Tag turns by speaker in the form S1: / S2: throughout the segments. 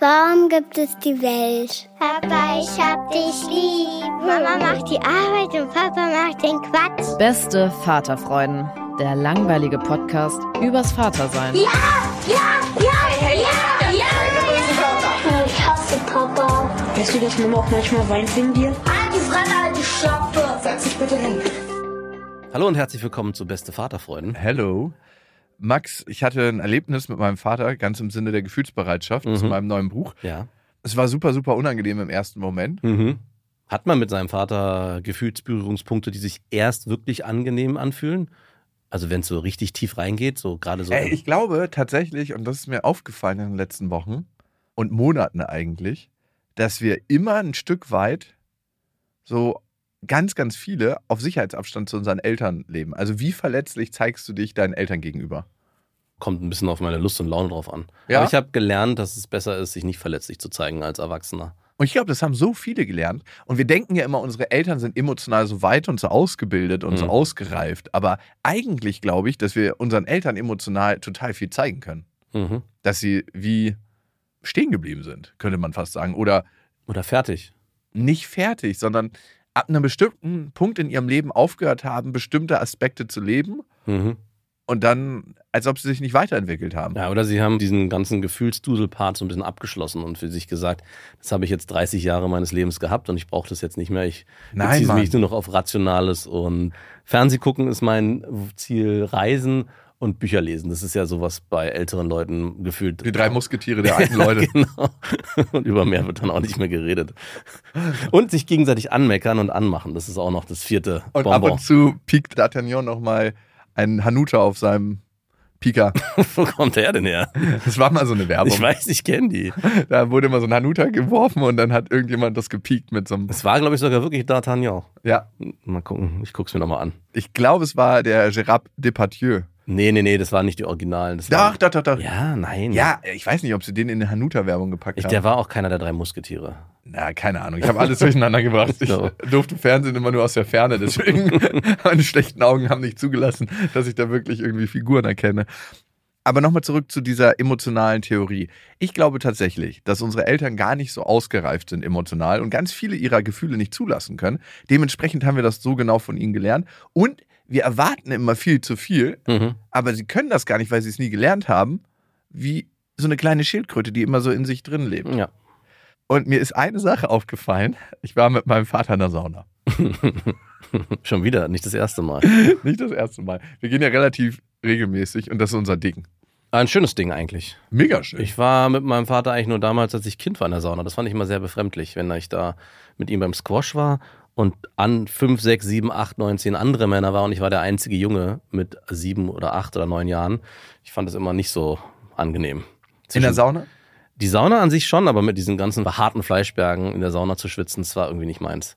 S1: Warum gibt es die Welt?
S2: Papa, ich hab dich lieb. Mama macht die Arbeit und Papa macht den Quatsch.
S3: Beste Vaterfreuden, der langweilige Podcast übers Vatersein.
S2: Ja, ja, ja, ja, ja. Ich hasse Papa.
S4: Weißt du, dass Mama auch manchmal weint wegen dir?
S2: Halt die Fresse, halt die Schlappe.
S4: Setz dich bitte hin.
S5: Hallo und herzlich willkommen zu Beste Vaterfreuden.
S6: Hello. Max, ich hatte ein Erlebnis mit meinem Vater, ganz im Sinne der Gefühlsbereitschaft, zu meinem neuen Buch.
S5: Ja.
S6: Es war super, super unangenehm im ersten Moment.
S5: Mhm. Hat man mit seinem Vater Gefühlsberührungspunkte, die sich erst wirklich angenehm anfühlen? Also wenn es so richtig tief reingeht, so gerade so.
S6: Ey, Äh, ich glaube tatsächlich, und das ist mir aufgefallen in den letzten Wochen und Monaten eigentlich, dass wir immer ein Stück weit so ganz, ganz viele auf Sicherheitsabstand zu unseren Eltern leben. Also wie verletzlich zeigst du dich deinen Eltern gegenüber?
S5: kommt ein bisschen auf meine Lust und Laune drauf an.
S6: Ja.
S5: Aber ich habe gelernt, dass es besser ist, sich nicht verletzlich zu zeigen als Erwachsener.
S6: Und ich glaube, das haben so viele gelernt. Und wir denken ja immer, unsere Eltern sind emotional so weit und so ausgebildet und so
S5: Mhm.
S6: ausgereift. Aber eigentlich glaube ich, dass wir unseren Eltern emotional total viel zeigen können.
S5: Mhm.
S6: Dass sie wie stehen geblieben sind, könnte man fast sagen. Oder
S5: Oder fertig.
S6: nicht fertig, sondern ab einem bestimmten Punkt in ihrem Leben aufgehört haben, bestimmte Aspekte zu leben
S5: Mhm.
S6: und dann, als ob sie sich nicht weiterentwickelt haben.
S5: Ja, oder sie haben diesen ganzen Gefühlsdusel-Part so ein bisschen abgeschlossen und für sich gesagt, das habe ich jetzt 30 Jahre meines Lebens gehabt und ich brauche das jetzt nicht mehr. Ich
S6: Nein,
S5: beziehe
S6: Mann.
S5: mich nur noch auf Rationales und Fernsehgucken ist mein Ziel, Reisen und Bücher lesen. Das ist ja sowas bei älteren Leuten gefühlt.
S6: Die drei Musketiere der alten Leute.
S5: Genau. Und über mehr wird dann auch nicht mehr geredet. Und sich gegenseitig anmeckern und anmachen. Das ist auch noch das vierte
S6: Und ab
S5: Bonbon.
S6: und zu piekt D'Artagnan nochmal einen Hanuta auf seinem Pika.
S5: Wo kommt der denn her?
S6: Das war mal so eine Werbung.
S5: Ich weiß, ich kenne die.
S6: Da wurde mal so ein Hanuta geworfen und dann hat irgendjemand das gepiekt mit so einem.
S5: Es war, glaube ich, sogar wirklich D'Artagnan.
S6: Ja,
S5: Mal gucken, ich guck's mir nochmal an.
S6: ich glaube, es war der Gerard Depardieu.
S5: Nee, nee, nee, das waren nicht die Originalen. Das
S6: Doch,
S5: waren,
S6: doch, doch, doch. Ja,
S5: ja, nein.
S6: ich weiß nicht, ob sie den in eine Hanuta-Werbung gepackt
S5: Ich,
S6: haben.
S5: der war auch keiner der drei Musketiere.
S6: Na, keine Ahnung. Ich habe alles durcheinander gebracht. Ich
S5: So.
S6: durfte Fernsehen immer nur aus der Ferne, deswegen meine schlechten Augen haben nicht zugelassen, dass ich da wirklich irgendwie Figuren erkenne. Aber nochmal zurück zu dieser emotionalen Theorie. Ich glaube tatsächlich, dass unsere Eltern gar nicht so ausgereift sind emotional und ganz viele ihrer Gefühle nicht zulassen können. Dementsprechend haben wir das so genau von ihnen gelernt. Und wir erwarten immer viel zu viel,
S5: Mhm.
S6: aber sie können das gar nicht, weil sie es nie gelernt haben, wie so eine kleine Schildkröte, die immer so in sich drin lebt.
S5: Ja.
S6: Und mir ist eine Sache aufgefallen. Ich war mit meinem Vater in der Sauna.
S5: Schon wieder, nicht das erste Mal.
S6: Nicht das erste Mal. Wir gehen ja relativ regelmäßig und das ist unser Ding.
S5: Ein schönes Ding eigentlich.
S6: Mega schön.
S5: Ich war mit meinem Vater eigentlich nur damals, als ich Kind war in der Sauna. Das fand ich immer sehr befremdlich, wenn ich da mit ihm beim Squash war und an fünf, sechs, sieben, acht, neun, zehn andere Männer war und ich war der einzige Junge mit sieben oder acht oder neun Jahren. Ich fand das immer nicht so angenehm.
S6: in der
S5: Zwischen-
S6: Sauna?
S5: Die Sauna an sich schon, aber mit diesen ganzen harten Fleischbergen in der Sauna zu schwitzen, das war irgendwie nicht meins.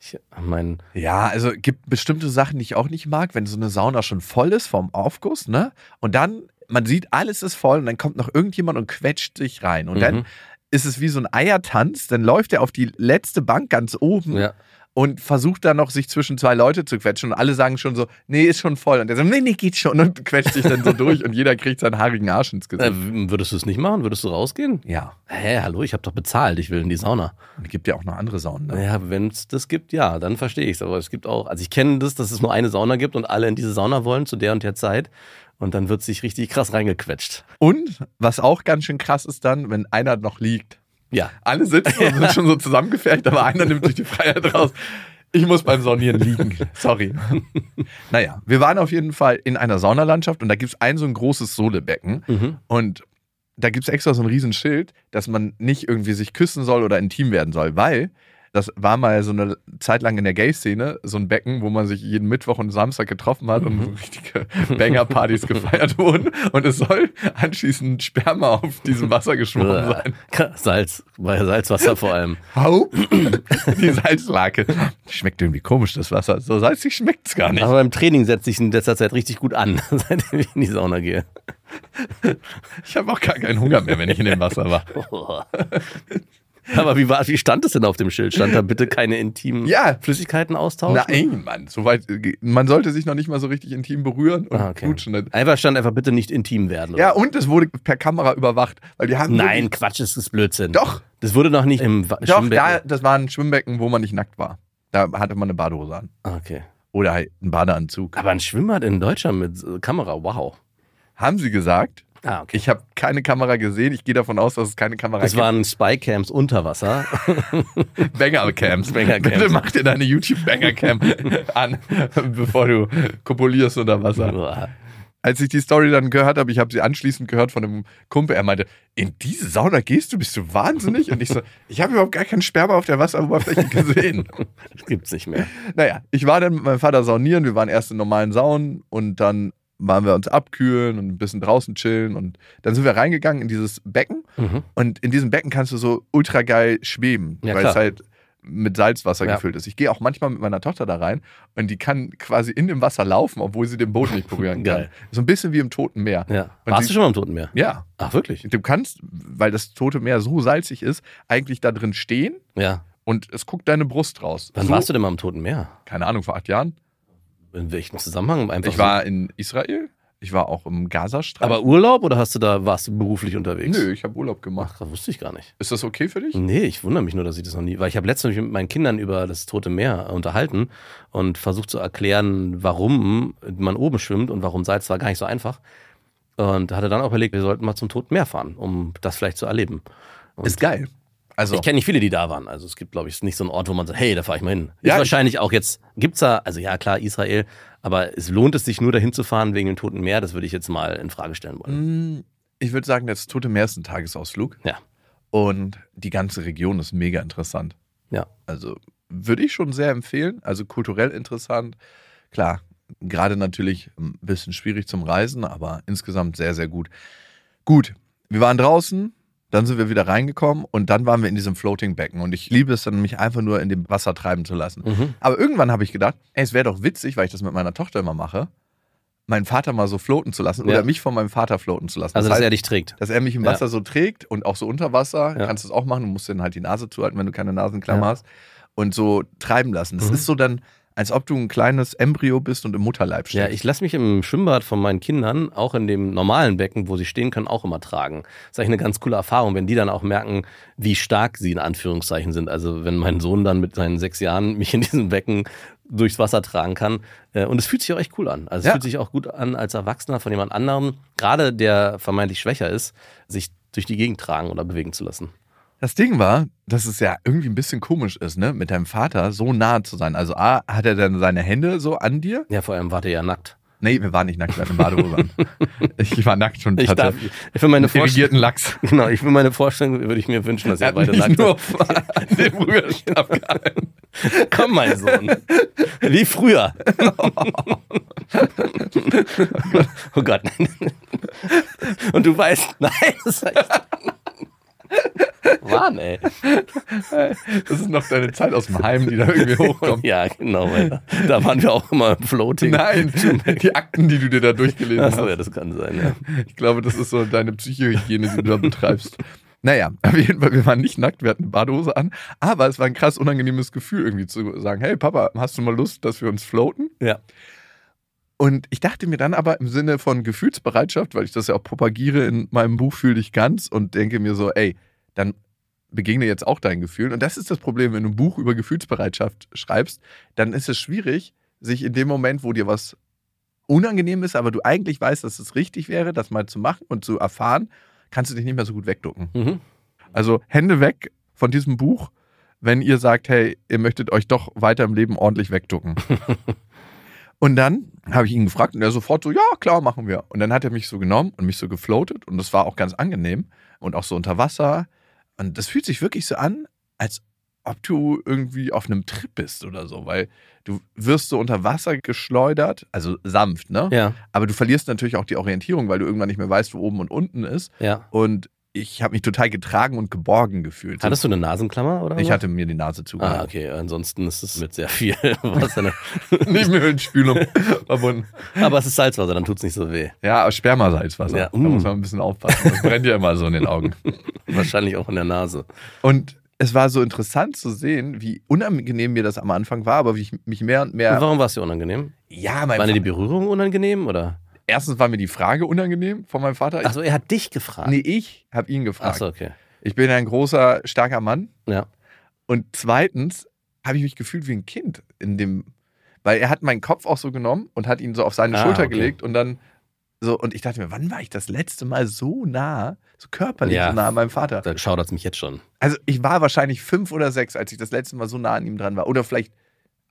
S5: Ich mein,
S6: Ja, also gibt bestimmte Sachen, die ich auch nicht mag, wenn so eine Sauna schon voll ist vom Aufguss, ne? Und dann, man sieht, alles ist voll und dann kommt noch irgendjemand und quetscht sich rein. Und dann
S5: Mhm.
S6: ist es wie so ein Eiertanz, dann läuft er auf die letzte Bank ganz oben
S5: ja,
S6: und versucht dann noch, sich zwischen zwei Leute zu quetschen. Und alle sagen schon so, nee, ist schon voll. Und der sagt, nee, nee, geht schon. Und quetscht sich dann so durch und jeder kriegt seinen haarigen Arsch ins
S5: äh,
S6: Gesicht.
S5: w- würdest du es nicht machen? Würdest du rausgehen?
S6: Äh, Ja,
S5: Hä, hallo, ich habe doch bezahlt, ich will in die Sauna.
S6: und es gibt ja auch noch andere Saunen. Ne?
S5: Naja, wenn es das gibt, ja, dann verstehe ich es. Aber es gibt auch, also ich kenne das, dass es nur eine Sauna gibt und alle in diese Sauna wollen zu der und der Zeit. Und dann wird sich richtig krass reingequetscht.
S6: Und was auch ganz schön krass ist dann, wenn einer noch liegt.
S5: Ja.
S6: Alle sitzen und sind schon so zusammengefercht, aber einer nimmt sich die Freiheit raus. Ich muss beim Saunieren liegen. Sorry. naja, wir waren auf jeden Fall in einer Saunalandschaft und da gibt es ein so ein großes Sohlebecken.
S5: Mhm.
S6: Und da gibt es extra so ein Riesenschild, dass man nicht irgendwie sich küssen soll oder intim werden soll, weil das war mal so eine Zeit lang in der Gay-Szene, so ein Becken, wo man sich jeden Mittwoch und Samstag getroffen hat und so richtige Banger-Partys gefeiert wurden. Und es soll anschließend Sperma auf diesem Wasser geschwommen sein.
S5: Äh, Salz, bei Salzwasser vor allem.
S6: Hau, die Salzlake. Schmeckt irgendwie komisch, das Wasser. So salzig schmeckt's gar nicht.
S5: Aber beim Training setze ich in letzter Zeit richtig gut an, seitdem ich in die Sauna gehe.
S6: Ich habe auch gar keinen Hunger mehr, wenn ich in dem Wasser war.
S5: Aber wie, war, wie stand es denn auf dem Schild? Stand da bitte keine intimen
S6: Ja.
S5: Flüssigkeiten austauschen?
S6: Nein, Mann, so weit, äh, man sollte sich noch nicht mal so richtig intim berühren und
S5: Ah, okay.
S6: knutschen.
S5: Einfach stand einfach bitte nicht intim werden. oder?
S6: Ja, und es wurde per Kamera überwacht, weil die haben
S5: Nein,
S6: wirklich-
S5: Quatsch, es ist Blödsinn.
S6: Doch.
S5: Das wurde noch nicht im Wa-
S6: doch,
S5: Schwimmbecken.
S6: da, das war ein Schwimmbecken, wo man nicht nackt war. Da hatte man eine Badehose an
S5: Ah, Okay.
S6: oder halt einen Badeanzug.
S5: Aber ein Schwimmbad in Deutschland mit äh, Kamera, wow.
S6: Haben sie gesagt?
S5: Ah, okay.
S6: Ich habe keine Kamera gesehen. Ich gehe davon aus, dass es keine Kamera
S5: Das
S6: gibt.
S5: waren Spycams unter Wasser.
S6: Banger-Camps.
S5: Banger-Camps.
S6: Bitte mach dir deine YouTube-Banger-Cam an, bevor du kopulierst unter Wasser.
S5: Uah.
S6: Als ich die Story dann gehört habe, ich habe sie anschließend gehört von einem Kumpel, er meinte, in diese Sauna gehst du, bist du wahnsinnig? Und ich so, ich habe überhaupt gar keinen Sperma auf der Wasseroberfläche gesehen.
S5: das gibt's nicht mehr.
S6: Naja, ich war dann mit meinem Vater saunieren. Wir waren erst in normalen Saunen und dann waren wir uns abkühlen und ein bisschen draußen chillen. Und dann sind wir reingegangen in dieses Becken.
S5: Mhm.
S6: Und in diesem Becken kannst du so ultra geil schweben,
S5: Ja,
S6: weil
S5: klar.
S6: es halt mit Salzwasser
S5: Ja.
S6: gefüllt ist. Ich gehe auch manchmal mit meiner Tochter da rein und die kann quasi in dem Wasser laufen, obwohl sie den Boden nicht berühren kann.
S5: Geil.
S6: So ein bisschen wie im Toten Meer.
S5: Ja.
S6: Und
S5: Warst
S6: die-
S5: du schon mal im Toten Meer?
S6: Ja,
S5: Ach, wirklich?
S6: du kannst, weil das Tote Meer so salzig ist, eigentlich da drin stehen
S5: Ja.
S6: und es guckt deine Brust raus.
S5: Wann
S6: so,
S5: warst du denn mal im Toten Meer?
S6: Keine Ahnung, vor acht Jahren.
S5: In welchem Zusammenhang? Einfach
S6: Ich war in Israel, ich war auch im
S5: So.
S6: Gazastreifen.
S5: Aber Urlaub oder hast du da, warst du beruflich unterwegs?
S6: Nö, ich habe Urlaub gemacht.
S5: Ach, Hm. das wusste ich gar nicht.
S6: Ist das okay für dich?
S5: Nee, ich wundere mich nur, dass ich das noch nie, weil ich habe letztens mich mit meinen Kindern über das Tote Meer unterhalten und versucht zu erklären, warum man oben schwimmt und warum Salz war gar nicht so einfach. Und hatte dann auch überlegt, wir sollten mal zum Toten Meer fahren, um das vielleicht zu erleben. Und
S6: Ist geil. Also,
S5: Ich kenne nicht viele, die da waren. Also es gibt, glaube ich, nicht so einen Ort, wo man sagt, hey, da fahre ich mal hin.
S6: Ja,
S5: ist wahrscheinlich auch jetzt, gibt's da, also ja klar, Israel, aber es lohnt es sich nur dahin zu fahren wegen dem Toten Meer, das würde ich jetzt mal in Frage stellen wollen.
S6: Mm, Ich würde sagen, das Tote Meer ist ein Tagesausflug.
S5: Ja.
S6: Und die ganze Region ist mega interessant.
S5: Ja.
S6: Also würde ich schon sehr empfehlen. Also kulturell interessant. Klar, gerade natürlich ein bisschen schwierig zum Reisen, aber insgesamt sehr, sehr gut. Gut, wir waren draußen, dann sind wir wieder reingekommen und dann waren wir in diesem Floating-Becken. Und ich liebe es dann, mich einfach nur in dem Wasser treiben zu lassen.
S5: Mhm.
S6: Aber irgendwann habe ich gedacht, ey, es wäre doch witzig, weil ich das mit meiner Tochter immer mache, meinen Vater mal so floaten zu lassen
S5: Ja.
S6: oder mich von meinem Vater floaten zu lassen.
S5: Also, dass
S6: das heißt,
S5: er dich trägt.
S6: dass er mich im
S5: Ja.
S6: Wasser so trägt und auch so unter Wasser.
S5: Ja.
S6: Kannst du es auch machen, du musst dann halt die Nase zuhalten, wenn du keine Nasenklammer
S5: Ja.
S6: hast. Und so treiben lassen. Es
S5: Mhm.
S6: ist so dann, als ob du ein kleines Embryo bist und im Mutterleib
S5: Ja,
S6: steckst.
S5: ich lasse mich im Schwimmbad von meinen Kindern, auch in dem normalen Becken, wo sie stehen können, auch immer tragen. Das ist eigentlich eine ganz coole Erfahrung, wenn die dann auch merken, wie stark sie in Anführungszeichen sind. Also wenn mein Sohn dann mit seinen sechs Jahren mich in diesem Becken durchs Wasser tragen kann. Äh, Und es fühlt sich auch echt cool an. Also es
S6: Ja.
S5: fühlt sich auch gut an, als Erwachsener von jemand anderem, gerade der vermeintlich schwächer ist, sich durch die Gegend tragen oder bewegen zu lassen.
S6: Das Ding war, dass es ja irgendwie ein bisschen komisch ist, ne? Mit deinem Vater so nahe zu sein. Also A, hat er dann seine Hände so an dir?
S5: Ja, vor allem wart ihr ja nackt.
S6: Nee, wir waren nicht nackt, wir hatten Badehose an. Ich war nackt und
S5: Ich
S6: hatte
S5: darf, für meine
S6: einen
S5: Vorstellung,
S6: irrigierten Lachs.
S5: genau, ich will meine Vorstellung, würde ich mir wünschen, dass ihr
S6: Er hat
S5: beide
S6: mich
S5: nackt
S6: nur an den Rührstab gehalten.
S5: Komm, mein Sohn. Wie früher. oh Gott, nein. Und du weißt, nein, das heißt. Mann, ey.
S6: Das ist noch deine Zeit aus dem Heim, die da irgendwie hochkommt.
S5: Ja, genau, Alter. Da waren wir auch immer im Floating.
S6: Nein, die Akten, die du dir da durchgelesen
S5: Achso, ja,
S6: hast.
S5: das kann sein, ja.
S6: Ich glaube, das ist so deine Psychohygiene, die du da betreibst. Naja, auf jeden Fall, wir waren nicht nackt, wir hatten eine Badehose an, aber es war ein krass unangenehmes Gefühl, irgendwie zu sagen, hey Papa, hast du mal Lust, dass wir uns floaten?
S5: Ja.
S6: Und ich dachte mir dann aber im Sinne von Gefühlsbereitschaft, weil ich das ja auch propagiere in meinem Buch Fühl dich ganz und denke mir so, ey, dann begegne jetzt auch dein Gefühl. Und das ist das Problem, wenn du ein Buch über Gefühlsbereitschaft schreibst, dann ist es schwierig, sich in dem Moment, wo dir was unangenehm ist, aber du eigentlich weißt, dass es richtig wäre, das mal zu machen und zu erfahren, kannst du dich nicht mehr so gut wegducken.
S5: Mhm.
S6: Also Hände weg von diesem Buch, wenn ihr sagt, hey, ihr möchtet euch doch weiter im Leben ordentlich wegducken. und dann habe ich ihn gefragt und er sofort so, ja, klar, machen wir. Und dann hat er mich so genommen und mich so gefloatet und das war auch ganz angenehm und auch so unter Wasser. Und das fühlt sich wirklich so an, als ob du irgendwie auf einem Trip bist oder so, weil du wirst so unter Wasser geschleudert, also sanft, ne?
S5: Ja,
S6: Aber du verlierst natürlich auch die Orientierung, weil du irgendwann nicht mehr weißt, wo oben und unten ist.
S5: ja.
S6: Und ich habe mich total getragen und geborgen gefühlt.
S5: Hattest du eine Nasenklammer oder?
S6: ich
S5: so?
S6: hatte mir die Nase zugehalten.
S5: Ah, okay. Ansonsten ist es mit sehr viel Wasser. ne?
S6: nicht mit Höhlenspülung verbunden.
S5: Aber es ist Salzwasser, dann tut's nicht so weh.
S6: Ja, aus Spermasalzwasser.
S5: Ja,
S6: da
S5: mm.
S6: muss man ein bisschen aufpassen. Das brennt ja immer so in den Augen.
S5: Wahrscheinlich auch in der Nase.
S6: Und es war so interessant zu sehen, wie unangenehm mir das am Anfang war, aber wie ich mich mehr und mehr.
S5: Und warum war es dir unangenehm?
S6: Ja,
S5: War dir die
S6: mein
S5: Berührung unangenehm oder?
S6: erstens war mir die Frage unangenehm von meinem Vater. Ich,
S5: Achso, er hat dich gefragt.
S6: nee, ich habe ihn gefragt.
S5: Achso, okay.
S6: Ich bin ein großer, starker Mann.
S5: Ja.
S6: Und zweitens habe ich mich gefühlt wie ein Kind in dem, weil er hat meinen Kopf auch so genommen und hat ihn so auf seine
S5: Ah,
S6: Schulter
S5: okay.
S6: gelegt und dann so und ich dachte mir, wann war ich das letzte Mal so nah, so körperlich
S5: Ja.
S6: so nah an meinem Vater?
S5: Dann schaudert es mich jetzt schon.
S6: Also ich war wahrscheinlich fünf oder sechs, als ich das letzte Mal so nah an ihm dran war oder vielleicht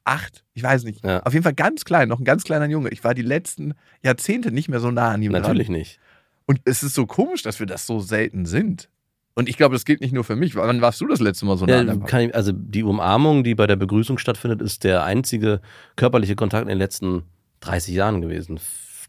S6: acht, ich weiß nicht.
S5: Ja.
S6: Auf jeden Fall ganz klein, noch ein ganz kleiner Junge. Ich war die letzten Jahrzehnte nicht mehr so nah an ihm dran.
S5: Natürlich nicht.
S6: Und es ist so komisch, dass wir das so selten sind. Und ich glaube, das gilt nicht nur für mich. Wann warst du das letzte Mal so nah
S5: Ja,
S6: an deinem Papa?
S5: kann ich, also die Umarmung, die bei der Begrüßung stattfindet, ist der einzige körperliche Kontakt in den letzten 30 Jahren gewesen,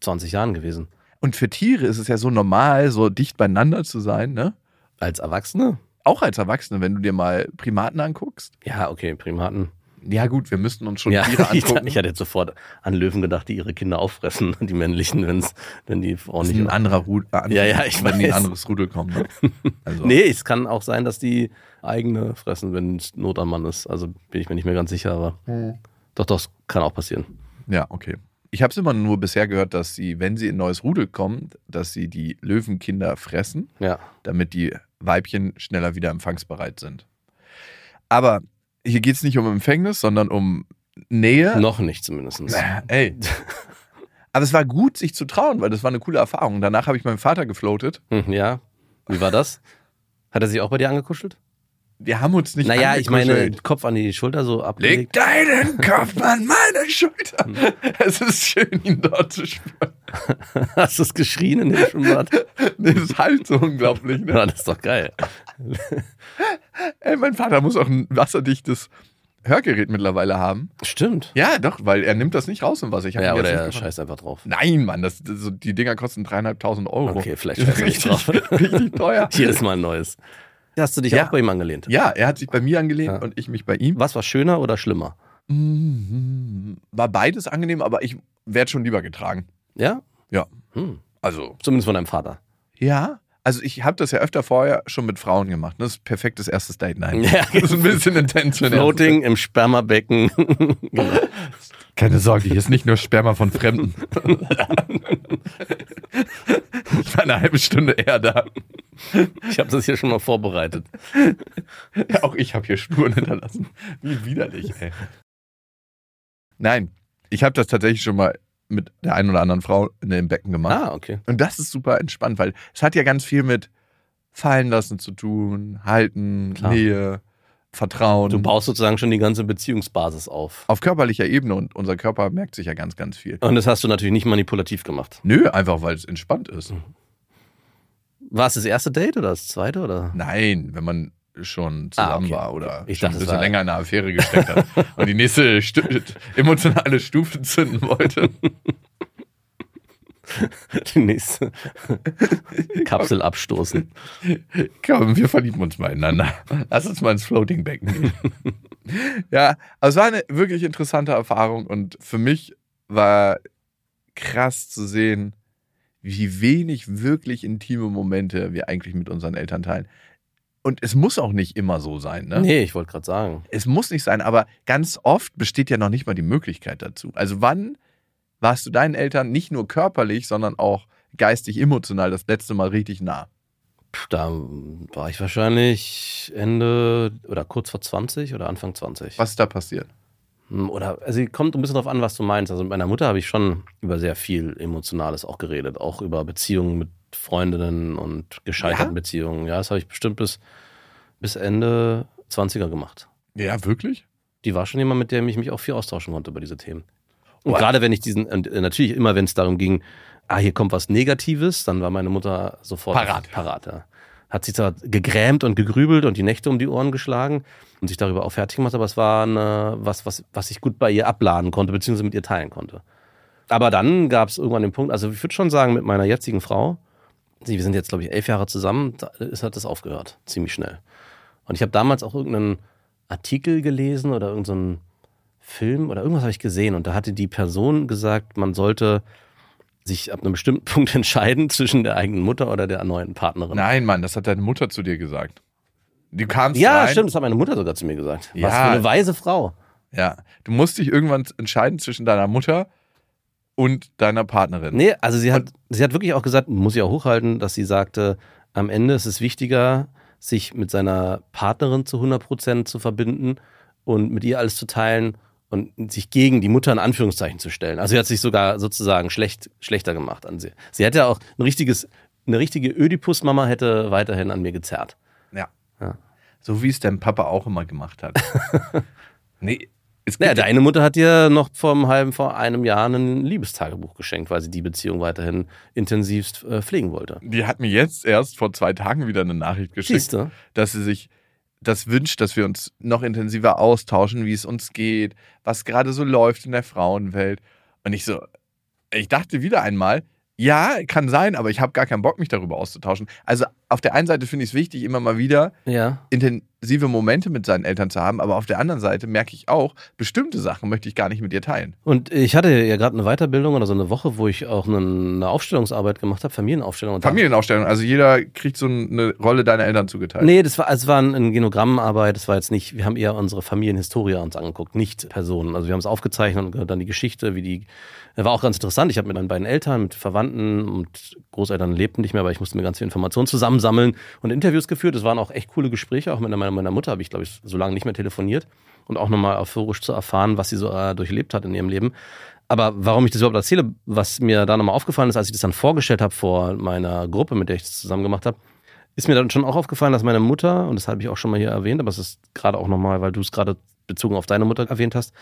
S5: 20 Jahren gewesen.
S6: Und für Tiere ist es ja so normal, so dicht beieinander zu sein, ne?
S5: Als Erwachsene?
S6: Auch als Erwachsene, wenn du dir mal Primaten anguckst.
S5: Ja, okay, Primaten.
S6: Ja, gut, wir müssten uns schon
S5: ja,
S6: Tiere
S5: ich,
S6: angucken.
S5: ich hatte jetzt sofort an Löwen gedacht, die ihre Kinder auffressen, die männlichen, wenn's, wenn die Frauen
S6: das ist
S5: nicht.
S6: ein anderer Rudel.
S5: Ja, ja, ich
S6: wenn die in
S5: weiß.
S6: ein anderes Rudel kommen. Ne? Also,
S5: Nee, es kann auch sein, dass die eigene fressen, wenn es Not am Mann ist. Also bin ich mir nicht mehr ganz sicher, aber doch, doch, das kann auch passieren.
S6: Ja, okay. Ich habe es immer nur bisher gehört, dass sie, wenn sie in ein neues Rudel kommen, dass sie die Löwenkinder fressen.
S5: Ja.
S6: damit die Weibchen schneller wieder empfangsbereit sind. Aber hier geht es nicht um Empfängnis, sondern um Nähe.
S5: Noch nicht zumindest.
S6: Na, Ey. Aber es war gut, sich zu trauen, weil das war eine coole Erfahrung. Danach habe ich meinen Vater gefloatet.
S5: Hm, Ja. Wie war das? Hat er sich auch bei dir angekuschelt?
S6: Wir haben uns nicht
S5: naja, ich meine,
S6: angekuschelt.
S5: Kopf an die Schulter so
S6: Leg
S5: abgelegt.
S6: deinen Kopf an meine
S5: Hm.
S6: Schulter. Es ist schön, ihn dort zu spüren.
S5: Hast du es geschrien in dem Schwimmbad?
S6: Das ist halt so unglaublich. Ne?
S5: Ja, das ist doch geil.
S6: Ey, mein Vater muss auch ein wasserdichtes Hörgerät mittlerweile haben.
S5: Stimmt.
S6: Ja, doch, weil er nimmt das nicht raus im Wasser. Ich hab
S5: Ja,
S6: ihn jetzt
S5: oder
S6: nicht
S5: er
S6: gefragt.
S5: scheißt einfach drauf.
S6: Nein, Mann, das, das, so- die Dinger kosten dreieinhalbtausend Euro.
S5: Okay, vielleicht
S6: Das ist
S5: scheiße ich
S6: richtig,
S5: drauf.
S6: richtig teuer.
S5: Jedes Mal ein neues. Hast du dich
S6: Ja.
S5: auch bei ihm angelehnt?
S6: Ja, er hat sich bei mir angelehnt
S5: Ja.
S6: und ich mich bei ihm.
S5: Was war schöner oder schlimmer?
S6: Mhm. War beides angenehm, aber ich werde schon lieber getragen.
S5: Ja?
S6: Ja.
S5: Hm.
S6: Also,
S5: Zumindest von deinem Vater.
S6: ja. Also ich habe das ja öfter vorher schon mit Frauen gemacht. ne? Das ist ein perfektes erstes Date. Nein,
S5: Ja. genau.
S6: das ist ein bisschen intens. für ein erstes
S5: Floating im Spermabecken. genau.
S6: Date. Keine Sorge, hier ist nicht nur Sperma von Fremden. ich war eine halbe Stunde eher da.
S5: Ich habe das hier schon mal vorbereitet.
S6: Ja, auch ich habe hier Spuren hinterlassen. Wie widerlich, ey. Nein, ich habe das tatsächlich schon mal mit der einen oder anderen Frau in dem Becken gemacht.
S5: Ah, okay.
S6: Und das ist super entspannt, weil es hat ja ganz viel mit fallen lassen zu tun, halten,
S5: Klar.
S6: Nähe, Vertrauen.
S5: Du baust sozusagen schon die ganze Beziehungsbasis auf.
S6: auf körperlicher Ebene und unser Körper merkt sich ja ganz, ganz viel.
S5: Und das hast du natürlich nicht manipulativ gemacht.
S6: Nö, einfach weil es entspannt ist.
S5: Mhm. War es das erste Date oder das zweite? Oder?
S6: Nein, wenn man schon zusammen
S5: Ah, okay.
S6: war oder
S5: Ich
S6: schon
S5: dachte,
S6: ein
S5: es
S6: bisschen
S5: war-
S6: länger in einer Affäre gesteckt hat und die nächste Stu emotionale Stufe zünden wollte.
S5: Die nächste. Kapsel abstoßen.
S6: Komm, wir verlieben uns mal ineinander. Lass uns mal ins Floating Becken gehen. ja, aber es war eine wirklich interessante Erfahrung und für mich war krass zu sehen, wie wenig wirklich intime Momente wir eigentlich mit unseren Eltern teilen. Und es muss auch nicht immer so sein, ne?
S5: Nee, ich wollte gerade sagen.
S6: Es muss nicht sein, aber ganz oft besteht ja noch nicht mal die Möglichkeit dazu. Also wann warst du deinen Eltern nicht nur körperlich, sondern auch geistig, emotional das letzte Mal richtig nah?
S5: Pff, Da war ich wahrscheinlich Ende oder kurz vor 20 oder Anfang 20.
S6: Was ist da passiert?
S5: Hm, Oder, also kommt ein bisschen drauf an, was du meinst. Also mit meiner Mutter habe ich schon über sehr viel Emotionales auch geredet, auch über Beziehungen mit Freundinnen und gescheiterten
S6: Ja?
S5: Beziehungen. Ja, das habe ich bestimmt bis, bis Ende 20er gemacht.
S6: Ja, wirklich?
S5: Die war schon jemand, mit der ich mich auch viel austauschen konnte über diese Themen. Und
S6: Wow.
S5: gerade wenn ich diesen, und äh, natürlich immer, wenn es darum ging, ah, hier kommt was Negatives, dann war meine Mutter sofort
S6: Parat.
S5: parat ja. Hat sich zwar gegrämt und gegrübelt und die Nächte um die Ohren geschlagen und sich darüber auch fertig gemacht, aber es war eine, was, was, was ich gut bei ihr abladen konnte, beziehungsweise mit ihr teilen konnte. Aber dann gab es irgendwann den Punkt, also ich würde schon sagen, mit meiner jetzigen Frau, sie, wir sind jetzt, glaube ich, elf Jahre zusammen, da ist, hat das aufgehört, ziemlich schnell. Und ich habe damals auch irgendeinen Artikel gelesen oder irgendeinen Film oder irgendwas habe ich gesehen und da hatte die Person gesagt, man sollte sich ab einem bestimmten Punkt entscheiden zwischen der eigenen Mutter oder der neuen Partnerin.
S6: Nein, Mann, das hat deine Mutter zu dir gesagt. Du kamst
S5: Ja,
S6: rein.
S5: stimmt, das hat meine Mutter sogar zu mir gesagt.
S6: Ja.
S5: Was für eine weise Frau.
S6: Ja. Du musst dich irgendwann entscheiden zwischen deiner Mutter und deiner Partnerin.
S5: Nee, also sie hat, sie hat wirklich auch gesagt, muss ich auch hochhalten, dass sie sagte, am Ende ist es wichtiger, sich mit seiner Partnerin zu 100% zu verbinden und mit ihr alles zu teilen und sich gegen die Mutter in Anführungszeichen zu stellen. Also sie hat sich sogar sozusagen schlecht, schlechter gemacht an sie. Sie hätte auch ein richtiges, eine richtige Ödipus-Mama hätte weiterhin an mir gezerrt.
S6: Ja.
S5: Ja.
S6: So wie es dein Papa auch immer gemacht hat. nee, es gibt
S5: Naja, deine Mutter hat dir noch vor einem halben, vor einem Jahr ein Liebestagebuch geschenkt, weil sie die Beziehung weiterhin intensivst äh, pflegen wollte.
S6: Die hat mir jetzt erst vor zwei Tagen wieder eine Nachricht geschickt,
S5: Siehst du?
S6: dass sie sich das wünscht, dass wir uns noch intensiver austauschen, wie es uns geht, was gerade so läuft in der Frauenwelt. Und ich so, ich dachte wieder einmal, ja, kann sein, aber ich habe gar keinen Bock, mich darüber auszutauschen. Also auf der einen Seite finde ich es wichtig, immer mal wieder
S5: Ja.
S6: intensive Momente mit seinen Eltern zu haben, aber auf der anderen Seite merke ich auch, bestimmte Sachen möchte ich gar nicht mit dir teilen.
S5: Und ich hatte ja gerade eine Weiterbildung oder so eine Woche, wo ich auch einen- eine Aufstellungsarbeit gemacht habe, Familienaufstellung. Und da-
S6: Familienaufstellung, also jeder kriegt so eine Rolle deiner Eltern zugeteilt.
S5: Nee, das war, also es war ein- ein Genogrammarbeit, das war jetzt nicht, wir haben eher unsere Familienhistorie uns angeguckt, nicht Personen. Also wir haben es aufgezeichnet und dann die Geschichte, wie die, war auch ganz interessant. Ich habe mit meinen beiden Eltern, mit Verwandten und Großeltern lebten nicht mehr, aber ich musste mir ganz viel Informationen zusammensammeln und Interviews geführt. Es waren auch echt coole Gespräche, auch mit meiner, meiner Mutter habe ich, glaube ich, so lange nicht mehr telefoniert und auch nochmal euphorisch zu erfahren, was sie so äh, durchlebt hat in ihrem Leben. Aber warum ich das überhaupt erzähle, was mir da nochmal aufgefallen ist, als ich das dann vorgestellt habe vor meiner Gruppe, mit der ich das zusammen gemacht habe, ist mir dann schon auch aufgefallen, dass meine Mutter, und das habe ich auch schon mal hier erwähnt, aber es ist gerade auch nochmal, weil du es gerade bezogen auf deine Mutter erwähnt hast,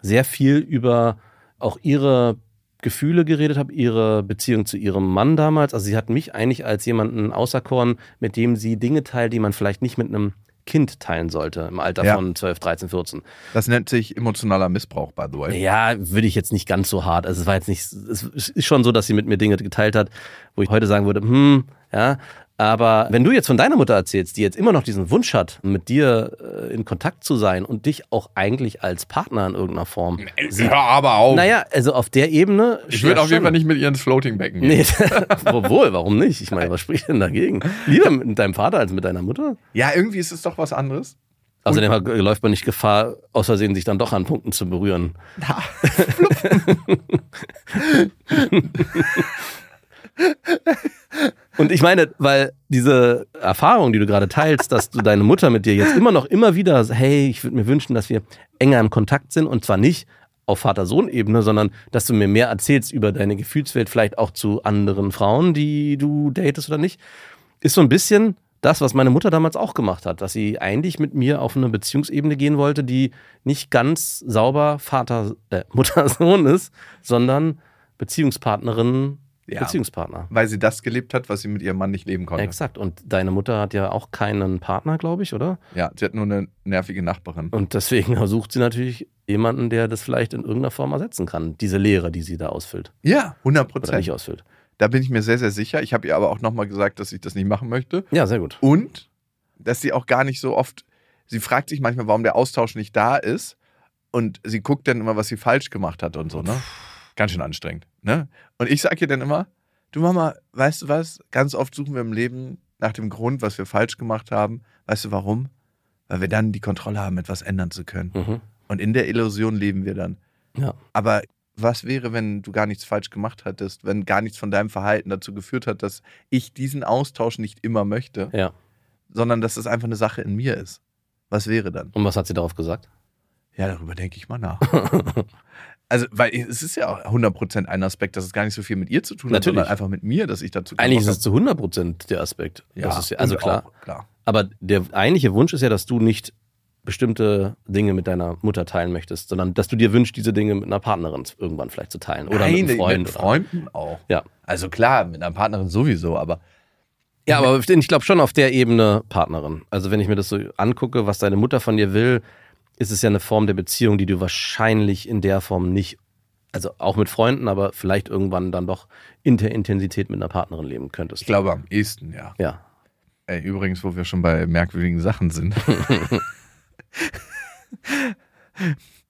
S5: sehr viel über auch ihre Gefühle geredet habe, ihre Beziehung zu ihrem Mann damals. Also sie hat mich eigentlich als jemanden auserkoren, mit dem sie Dinge teilt, die man vielleicht nicht mit einem Kind teilen sollte im Alter
S6: Ja.
S5: von 12, 13, 14.
S6: Das nennt sich emotionaler Missbrauch, by the way.
S5: Ja, würde ich jetzt nicht ganz so hart. Also es war jetzt nicht, es ist schon so, dass sie mit mir Dinge geteilt hat, wo ich heute sagen würde, hm, ja. Aber wenn du jetzt von deiner Mutter erzählst, die jetzt immer noch diesen Wunsch hat, mit dir äh, in Kontakt zu sein und dich auch eigentlich als Partner in irgendeiner Form. sieht-
S6: Äh, Hör aber auf.
S5: Naja, also auf der Ebene.
S6: ich würde
S5: ja,
S6: auf jeden
S5: schon.
S6: Fall nicht mit ihr ins Floatingbecken gehen.
S5: Nee, wohl, warum nicht? Ich meine, was spricht denn dagegen? Lieber mit deinem Vater als mit deiner Mutter?
S6: Ja, irgendwie ist es doch was anderes.
S5: Außerdem hat- läuft man nicht Gefahr, aus Versehen sich dann doch an Punkten zu berühren. Und ich meine, weil diese Erfahrung, die du gerade teilst, dass du deine Mutter mit dir jetzt immer noch immer wieder, hey, ich würde mir wünschen, dass wir enger im Kontakt sind und zwar nicht auf Vater-Sohn-Ebene, sondern dass du mir mehr erzählst über deine Gefühlswelt, vielleicht auch zu anderen Frauen, die du datest oder nicht, ist so ein bisschen das, was meine Mutter damals auch gemacht hat, dass sie eigentlich mit mir auf eine Beziehungsebene gehen wollte, die nicht ganz sauber Vater, äh, Mutter-Sohn ist, sondern Beziehungspartnerin,
S6: Ja.
S5: Beziehungspartner.
S6: Weil sie das gelebt hat, was sie mit ihrem Mann nicht leben konnte.
S5: Exakt. Und deine Mutter hat ja auch keinen Partner, glaube ich, oder?
S6: Ja, sie hat nur eine nervige Nachbarin.
S5: Und deswegen sucht sie natürlich jemanden, der das vielleicht in irgendeiner Form ersetzen kann. Diese Lehre, die sie da ausfüllt.
S6: Ja, 100
S5: Oder nicht
S6: Prozent.
S5: ausfüllt.
S6: Da bin ich mir sehr, sehr sicher. Ich habe ihr aber auch nochmal gesagt, dass ich das nicht machen möchte.
S5: Ja, sehr gut.
S6: Und dass sie auch gar nicht so oft, sie fragt sich manchmal, warum der Austausch nicht da ist. Und sie guckt dann immer, was sie falsch gemacht hat und so, ne? Ganz schön anstrengend, ne? Und ich sage ihr dann immer, du Mama, weißt du was? Ganz oft suchen wir im Leben nach dem Grund, was wir falsch gemacht haben. Weißt du warum? Weil wir dann die Kontrolle haben, etwas ändern zu können.
S5: Mhm.
S6: Und in der Illusion leben wir dann.
S5: Ja.
S6: Aber was wäre, wenn du gar nichts falsch gemacht hättest, wenn gar nichts von deinem Verhalten dazu geführt hat, dass ich diesen Austausch nicht immer möchte,
S5: Ja.
S6: sondern dass das einfach eine Sache in mir ist? Was wäre dann?
S5: Und was hat sie darauf gesagt?
S6: Ja, darüber denke ich mal nach. also, weil es ist ja auch 100% ein Aspekt, dass es gar nicht so viel mit ihr zu tun
S5: Natürlich.
S6: hat, sondern einfach mit mir, dass ich dazu
S5: Eigentlich ist
S6: Bock
S5: es zu 100% der Aspekt.
S6: habe. ja,
S5: Das ist ja, also
S6: und
S5: klar.
S6: Auch, klar.
S5: Aber der eigentliche Wunsch ist ja, dass du nicht bestimmte Dinge mit deiner Mutter teilen möchtest, sondern dass du dir wünschst, diese Dinge mit einer Partnerin irgendwann vielleicht zu teilen. Oder
S6: Nein,
S5: mit einem Freund.
S6: Mit
S5: oder-
S6: Freunden auch.
S5: Ja.
S6: Also klar, mit einer Partnerin sowieso, aber
S5: Ja,
S6: Mhm.
S5: aber ich glaube schon auf der Ebene Partnerin. Also wenn ich mir das so angucke, was deine Mutter von dir will, ist es ja eine Form der Beziehung, die du wahrscheinlich in der Form nicht, also auch mit Freunden, aber vielleicht irgendwann dann doch in der Intensität mit einer Partnerin leben könntest.
S6: ich glaube am ehesten, ja.
S5: Ja.
S6: Ey, übrigens, wo wir schon bei merkwürdigen Sachen sind.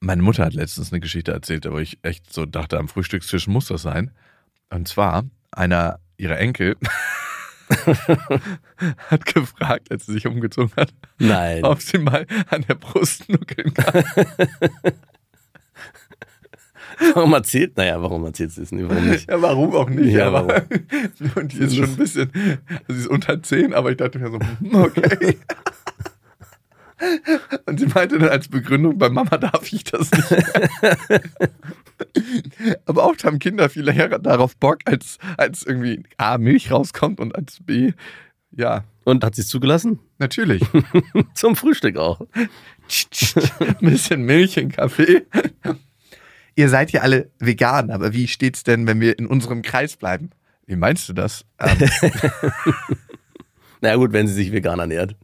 S6: Meine Mutter hat letztens eine Geschichte erzählt, aber ich echt so dachte, am Frühstückstisch muss das sein. Und zwar einer ihrer Enkel hat gefragt, als sie sich umgezogen hat,
S5: Nein.
S6: ob sie mal an der Brust nuckeln kann.
S5: Warum erzählt? Naja, warum erzählt sie es nicht? Warum nicht?
S6: Ja, warum auch nicht?
S5: Ja,
S6: aber Und die ist schon ein bisschen, also sie ist unter 10, aber ich dachte mir so, hm, okay. Und sie meinte dann als Begründung, bei Mama darf ich das nicht. aber oft haben Kinder viel eher darauf Bock, als, als irgendwie A, Milch rauskommt und als B, ja,
S5: Und hat sie es zugelassen?
S6: natürlich.
S5: Zum Frühstück auch.
S6: Ein bisschen Milch in Kaffee. Ihr seid ja alle vegan, aber wie steht's denn, wenn wir in unserem Kreis bleiben? Wie meinst du das? Ähm,
S5: Na gut, wenn sie sich vegan ernährt.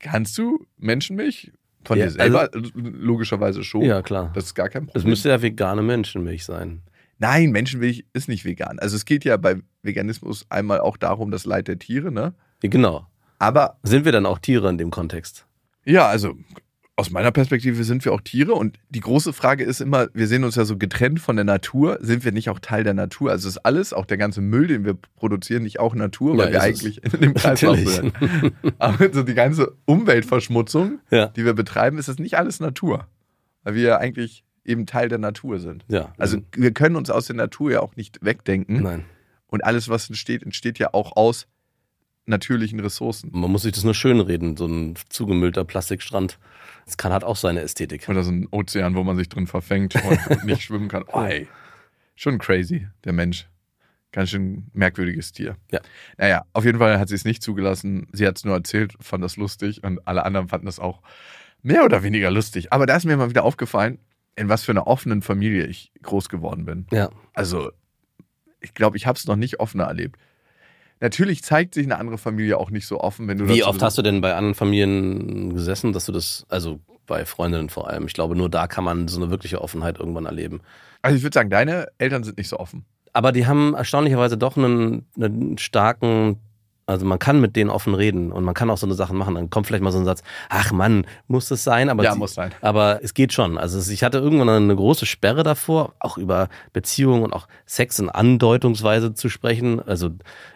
S6: kannst du Menschenmilch von
S5: Ja, also-
S6: dir selber? Also, Logischerweise schon.
S5: Ja, klar.
S6: Das ist gar kein
S5: Das
S6: Problem.
S5: müsste ja vegane Menschenmilch sein.
S6: Nein, Menschenmilch ist nicht vegan. Also es geht ja bei Veganismus einmal auch darum, das Leid der Tiere, ne?
S5: Ja, Genau.
S6: Aber
S5: Sind wir dann auch Tiere in dem Kontext?
S6: Ja, also aus meiner Perspektive sind wir auch Tiere und die große Frage ist immer, wir sehen uns ja so getrennt von der Natur, sind wir nicht auch Teil der Natur? Also ist alles, auch der ganze Müll, den wir produzieren, nicht auch Natur, weil
S5: Ja,
S6: wir
S5: ist
S6: eigentlich in dem Kreislauf
S5: Natürlich.
S6: sind. Aber so die ganze Umweltverschmutzung,
S5: Ja.
S6: die wir betreiben, ist das nicht alles Natur, weil wir ja eigentlich eben Teil der Natur sind.
S5: Ja.
S6: Also wir können uns aus der Natur ja auch nicht wegdenken
S5: nein.
S6: und alles, was entsteht, entsteht ja auch aus natürlichen Ressourcen.
S5: Man muss sich das nur schönreden, so ein zugemüllter Plastikstrand. Das kann hat auch seine Ästhetik.
S6: Oder so ein Ozean, wo man sich drin verfängt und nicht schwimmen kann. Oh, ey. Schon crazy, der Mensch. Ganz schön merkwürdiges Tier.
S5: Ja.
S6: Naja, auf jeden Fall hat sie es nicht zugelassen. Sie hat es nur erzählt, fand das lustig und alle anderen fanden das auch mehr oder weniger lustig. Aber da ist mir mal wieder aufgefallen, in was für einer offenen Familie ich groß geworden bin.
S5: Ja.
S6: Also, ich glaube, ich habe es noch nicht offener erlebt. Natürlich zeigt sich eine andere Familie auch nicht so offen, wenn du
S5: Wie
S6: dazu
S5: oft hast du denn bei anderen Familien gesessen, dass du das, also bei Freundinnen vor allem, ich glaube, nur da kann man so eine wirkliche Offenheit irgendwann erleben.
S6: Also, ich würde sagen, deine Eltern sind nicht so offen.
S5: Aber die haben erstaunlicherweise doch einen, einen starken, also man kann mit denen offen reden und man kann auch so eine Sachen machen. Dann kommt vielleicht mal so ein Satz, ach Mann, muss das sein? Aber
S6: ja,
S5: sie-
S6: muss sein.
S5: Aber es geht schon. Also es- ich hatte irgendwann eine große Sperre davor, auch über Beziehungen und auch Sex in Andeutungsweise zu sprechen. Also,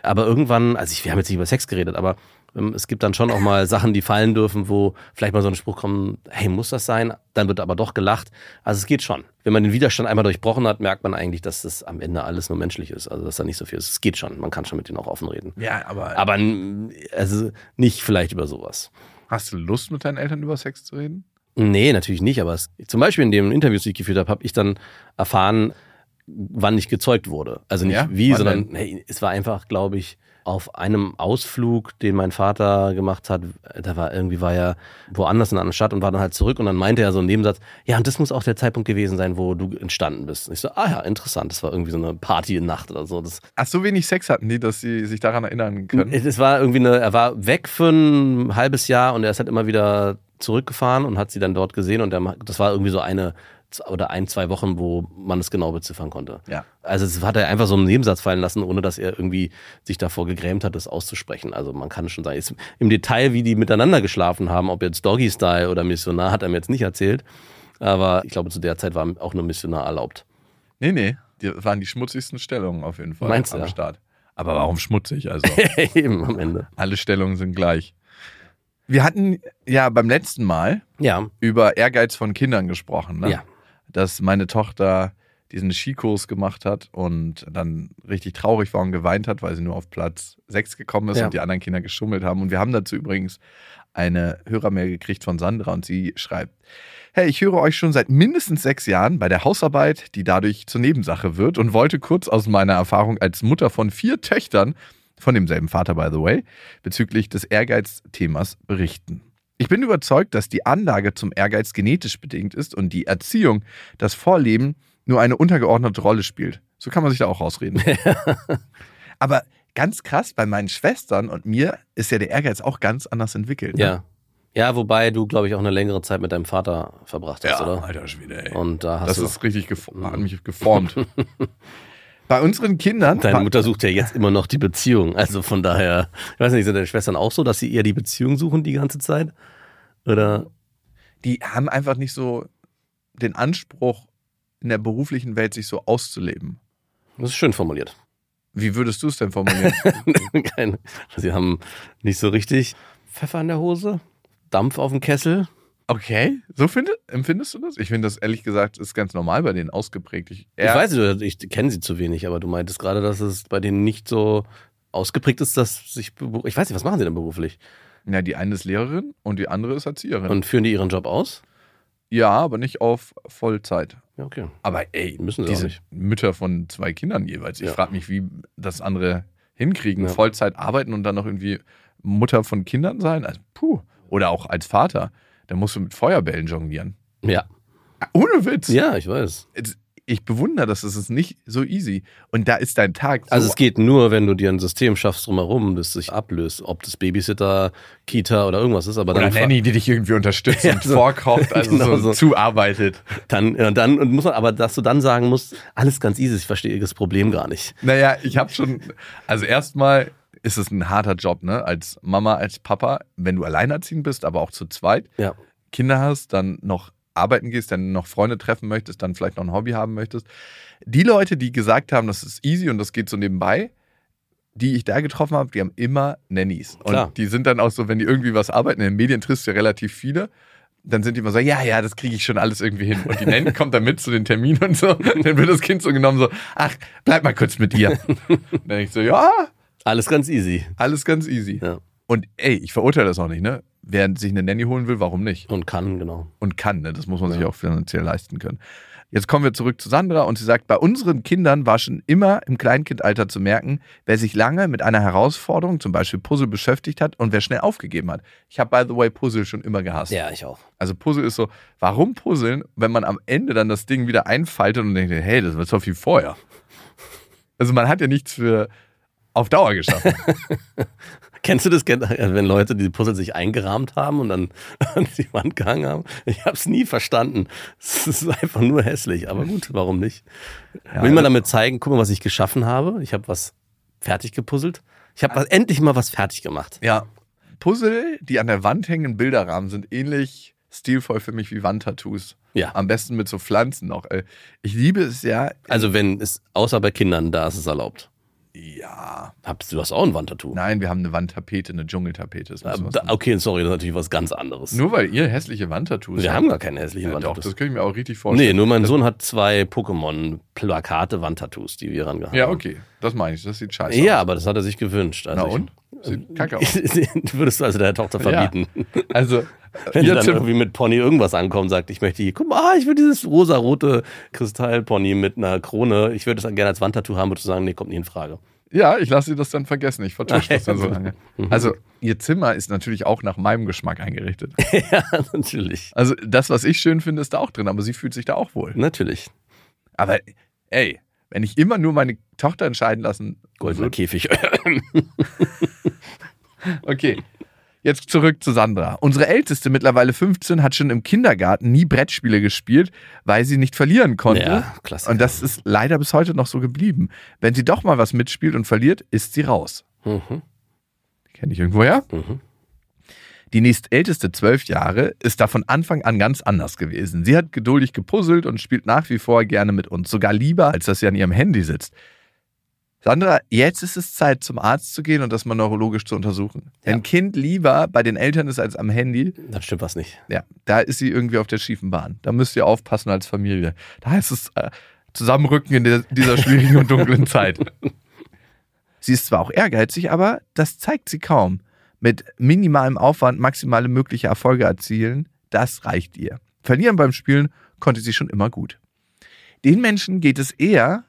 S5: aber irgendwann, also ich, wir haben jetzt nicht über Sex geredet, aber ähm, es gibt dann schon auch mal Sachen, die fallen dürfen, wo vielleicht mal so ein Spruch kommt, hey, muss das sein? Dann wird aber doch gelacht. Also es geht schon. Wenn man den Widerstand einmal durchbrochen hat, merkt man eigentlich, dass das am Ende alles nur menschlich ist. Also dass da nicht so viel ist. Es geht schon. Man kann schon mit denen auch offen reden.
S6: Ja, aber
S5: Aber n- also nicht vielleicht über sowas.
S6: Hast du Lust, mit deinen Eltern über Sex zu reden?
S5: Nee, natürlich nicht, aber es, zum Beispiel in den Interviews, die ich geführt habe, habe ich dann erfahren, wann ich gezeugt wurde. Also nicht
S6: Ja?
S5: wie,
S6: Wann
S5: sondern nee, es war einfach, glaube ich, auf einem Ausflug, den mein Vater gemacht hat, da war irgendwie war er woanders in einer anderen Stadt und war dann halt zurück und dann meinte er so einen Nebensatz, ja, und das muss auch der Zeitpunkt gewesen sein, wo du entstanden bist. Und ich so, ah ja, interessant, das war irgendwie so eine Partynacht oder so. Das,
S6: Ach, so wenig Sex hatten die, dass sie sich daran erinnern können.
S5: es war irgendwie eine, er war weg für ein halbes Jahr und er ist halt immer wieder zurückgefahren und hat sie dann dort gesehen und er, ma- das war irgendwie so eine z- oder ein, zwei Wochen, wo man es genau beziffern konnte.
S6: Ja.
S5: Also es hat er einfach so einen Nebensatz fallen lassen, ohne dass er irgendwie sich davor gegrämt hat, das auszusprechen. Also man kann schon sagen, jetzt im Detail, wie die miteinander geschlafen haben, ob jetzt Doggy Style oder Missionar, hat er mir jetzt nicht erzählt. Aber ich glaube, zu der Zeit war auch nur Missionar erlaubt.
S6: Nee, nee. Die waren die schmutzigsten Stellungen auf jeden Fall
S5: Meinst du,
S6: am
S5: ja?
S6: Start. Aber warum schmutzig? Also,
S5: Eben am Ende.
S6: alle Stellungen sind gleich. Wir hatten ja beim letzten Mal
S5: Ja.
S6: über Ehrgeiz von Kindern gesprochen, ne?
S5: Ja.
S6: dass meine Tochter diesen Skikurs gemacht hat und dann richtig traurig war und geweint hat, weil sie nur auf Platz 6 gekommen ist
S5: Ja.
S6: und die anderen Kinder geschummelt haben. Und wir haben dazu übrigens eine Hörermail gekriegt von Sandra und sie schreibt, Hey, ich höre euch schon seit mindestens sechs Jahren bei der Hausarbeit, die dadurch zur Nebensache wird und wollte kurz aus meiner Erfahrung als Mutter von vier Töchtern, von demselben Vater, by the way, bezüglich des Ehrgeizthemas berichten. Ich bin überzeugt, dass die Anlage zum Ehrgeiz genetisch bedingt ist und die Erziehung, das Vorleben, nur eine untergeordnete Rolle spielt. So kann man sich da auch rausreden. Aber ganz krass, bei meinen Schwestern und mir ist ja der Ehrgeiz auch ganz anders entwickelt. ne?
S5: Ja. Ja, wobei du, glaube ich, auch eine längere Zeit mit deinem Vater verbracht hast,
S6: ja
S5: oder?
S6: alter Schwede, ey.
S5: Und da hast
S6: Das
S5: du.
S6: ist richtig gefo- hat mich geformt. Mhm. Bei unseren Kindern.
S5: Deine Mutter sucht ja jetzt immer noch die Beziehung. Also von daher, ich weiß nicht, sind deine Schwestern auch so, dass sie eher die Beziehung suchen die ganze Zeit? Oder?
S6: die haben einfach nicht so den Anspruch, in der beruflichen Welt sich so auszuleben.
S5: Das ist schön formuliert.
S6: Wie würdest du es denn formulieren?
S5: Keine. Sie haben nicht so richtig Pfeffer in der Hose, Dampf auf dem Kessel.
S6: okay, so finde, empfindest du das? Ich finde das ehrlich gesagt ist ganz normal bei denen ausgeprägt. Ich,
S5: Ich weiß nicht, ich kenne sie zu wenig, aber du meintest gerade, dass es bei denen nicht so ausgeprägt ist, dass sich. beru- Ich weiß nicht, was machen sie denn beruflich?
S6: Na, die eine ist Lehrerin und die andere ist Erzieherin.
S5: Und führen die ihren Job aus?
S6: ja, aber nicht auf Vollzeit.
S5: Ja, okay.
S6: Aber ey,
S5: Müssen sie
S6: diese
S5: auch nicht.
S6: Mütter von zwei Kindern jeweils. Ich
S5: Ja.
S6: frage mich, wie das andere hinkriegen.
S5: Ja.
S6: Vollzeit arbeiten und dann noch irgendwie Mutter von Kindern sein. Also, puh. Oder auch als Vater. Da musst du mit Feuerbällen jonglieren. Ah,
S5: Ja.
S6: Ohne Witz.
S5: Ja, ich weiß.
S6: Ich bewundere das. Es ist nicht so easy. Und da ist dein Tag so.
S5: Also es geht nur, wenn du dir ein System schaffst drumherum, das sich ablöst, ob das Babysitter, Kita oder irgendwas ist, aber
S6: oder
S5: dann,
S6: Nanny, die dich irgendwie unterstützt
S5: Ja,
S6: und
S5: so.
S6: vorkocht, also
S5: Genau
S6: so
S5: so.
S6: zuarbeitet.
S5: dann, ja, dann und muss man, aber dass du dann sagen musst, alles ganz easy, ich verstehe das Problem gar nicht.
S6: Naja, ich habe schon. Also erstmal ist es ein harter Job, ne? Als Mama, als Papa, wenn du alleinerziehend bist, aber auch zu zweit,
S5: Ja.
S6: Kinder hast, dann noch arbeiten gehst, dann noch Freunde treffen möchtest, dann vielleicht noch ein Hobby haben möchtest. Die Leute, die gesagt haben, das ist easy und das geht so nebenbei, die ich da getroffen habe, die haben immer Nannies.
S5: Klar.
S6: Und die sind dann auch so, wenn die irgendwie was arbeiten, in den Medien triffst du ja relativ viele, dann sind die immer so, ja, ja, das kriege ich schon alles irgendwie hin. Und die Nanny kommt dann mit zu den Terminen und so. Dann wird das Kind so genommen, so, ach, bleib mal kurz mit dir. dann denke ich so, ja,
S5: Alles ganz easy.
S6: alles ganz easy.
S5: Ja.
S6: Und ey, ich verurteile das auch nicht, ne? Wer sich eine Nanny holen will, warum nicht?
S5: Und kann, genau.
S6: und kann. Ne? Das muss man sich auch finanziell leisten können. Jetzt kommen wir zurück zu Sandra und sie sagt, bei unseren Kindern war schon immer im Kleinkindalter zu merken, wer sich lange mit einer Herausforderung, zum Beispiel Puzzle, beschäftigt hat und wer schnell aufgegeben hat. Ich habe, by the way, Puzzle schon immer gehasst.
S5: Ja, ich auch.
S6: Also Puzzle ist so, warum puzzeln, wenn man am Ende dann das Ding wieder einfaltet und denkt, hey, das war so viel vorher. Also man hat ja nichts für auf Dauer geschaffen.
S5: Kennst du das, Ken- wenn Leute die Puzzle sich eingerahmt haben und dann an die Wand gehangen haben? Ich habe es nie verstanden. Es ist einfach nur hässlich, aber gut, warum nicht? Will man damit zeigen, guck mal, was ich geschaffen habe? Ich habe was fertig gepuzzelt. Ich habe was- endlich mal was fertig gemacht.
S6: Ja. Puzzle, die an der Wand hängen, Bilderrahmen sind ähnlich stilvoll für mich wie Wandtattoos.
S5: Ja.
S6: Am besten mit so Pflanzen noch. ey. Ich liebe es ja.
S5: Also wenn es, außer bei Kindern, da ist es erlaubt.
S6: Ja.
S5: Habst du hast auch ein Wandtattoo?
S6: Nein, wir haben eine Wandtapete, eine Dschungeltapete. Das
S5: Ah,
S6: müssen wir
S5: da-
S6: uns-
S5: Okay, sorry, das ist natürlich was ganz anderes.
S6: Nur weil ihr hässliche Wandtattoos
S5: Wir
S6: habt.
S5: haben gar keine hässlichen
S6: ja, Doch, das
S5: Wandtattoos.
S6: könnte ich mir auch richtig
S5: Nee,
S6: vorstellen.
S5: nur mein Sohn hat zwei Pokémon-Plakate Wandtattoos, die wir rangehangen
S6: Ja,
S5: haben.
S6: okay. Das meine ich. Das sieht scheiße
S5: Ja,
S6: aus.
S5: aber das hat er sich gewünscht. Also
S6: Na und? Sieht kacke aus.
S5: Ich, würdest du also deiner Tochter verbieten.
S6: Also,
S5: Wenn sie
S6: ihr
S5: dann
S6: Tipp,
S5: irgendwie mit Pony irgendwas ankommt, sagt, ich möchte hier, guck mal, ah, ich will dieses rosarote Kristallpony mit einer Krone, ich würde das dann gerne als Wandtattoo haben, würdest du sagen, nee, kommt nie in Frage.
S6: ja, ich lasse sie das dann vergessen. Ich vertusche das dann so
S5: Ja.
S6: lange.
S5: Mhm.
S6: Also, ihr Zimmer ist natürlich auch nach meinem Geschmack eingerichtet.
S5: ja, natürlich.
S6: Also, das, was ich schön finde, ist da auch drin, aber sie fühlt sich da auch wohl.
S5: Natürlich.
S6: Aber ey, wenn ich immer nur meine Tochter entscheiden lassen
S5: Goldener
S6: würde-
S5: Käfig.
S6: Okay. Jetzt zurück zu Sandra. Unsere Älteste, mittlerweile 15, hat schon im Kindergarten nie Brettspiele gespielt, weil sie nicht verlieren konnte.
S5: Ja, klasse.
S6: Und das ist leider bis heute noch so geblieben. Wenn sie doch mal was mitspielt und verliert, ist sie raus.
S5: Mhm,
S6: Kenne ich irgendwoher?
S5: mhm.
S6: Die nächstälteste, zwölf Jahre, ist da von Anfang an ganz anders gewesen. Sie hat geduldig gepuzzelt und spielt nach wie vor gerne mit uns, sogar lieber, als dass sie an ihrem Handy sitzt. Sandra, jetzt ist es Zeit, zum Arzt zu gehen und das mal neurologisch zu untersuchen. Wenn
S5: Ja.
S6: Ein Kind lieber bei den Eltern ist als am Handy,
S5: Da stimmt was nicht.
S6: ja, da ist sie irgendwie auf der schiefen Bahn. Da müsst ihr aufpassen als Familie. Da heißt es äh, zusammenrücken in der, dieser schwierigen und dunklen Zeit. Sie ist zwar auch ehrgeizig, aber das zeigt sie kaum. Mit minimalem Aufwand maximale mögliche Erfolge erzielen, das reicht ihr. Verlieren beim Spielen konnte sie schon immer gut. Den Menschen geht es eher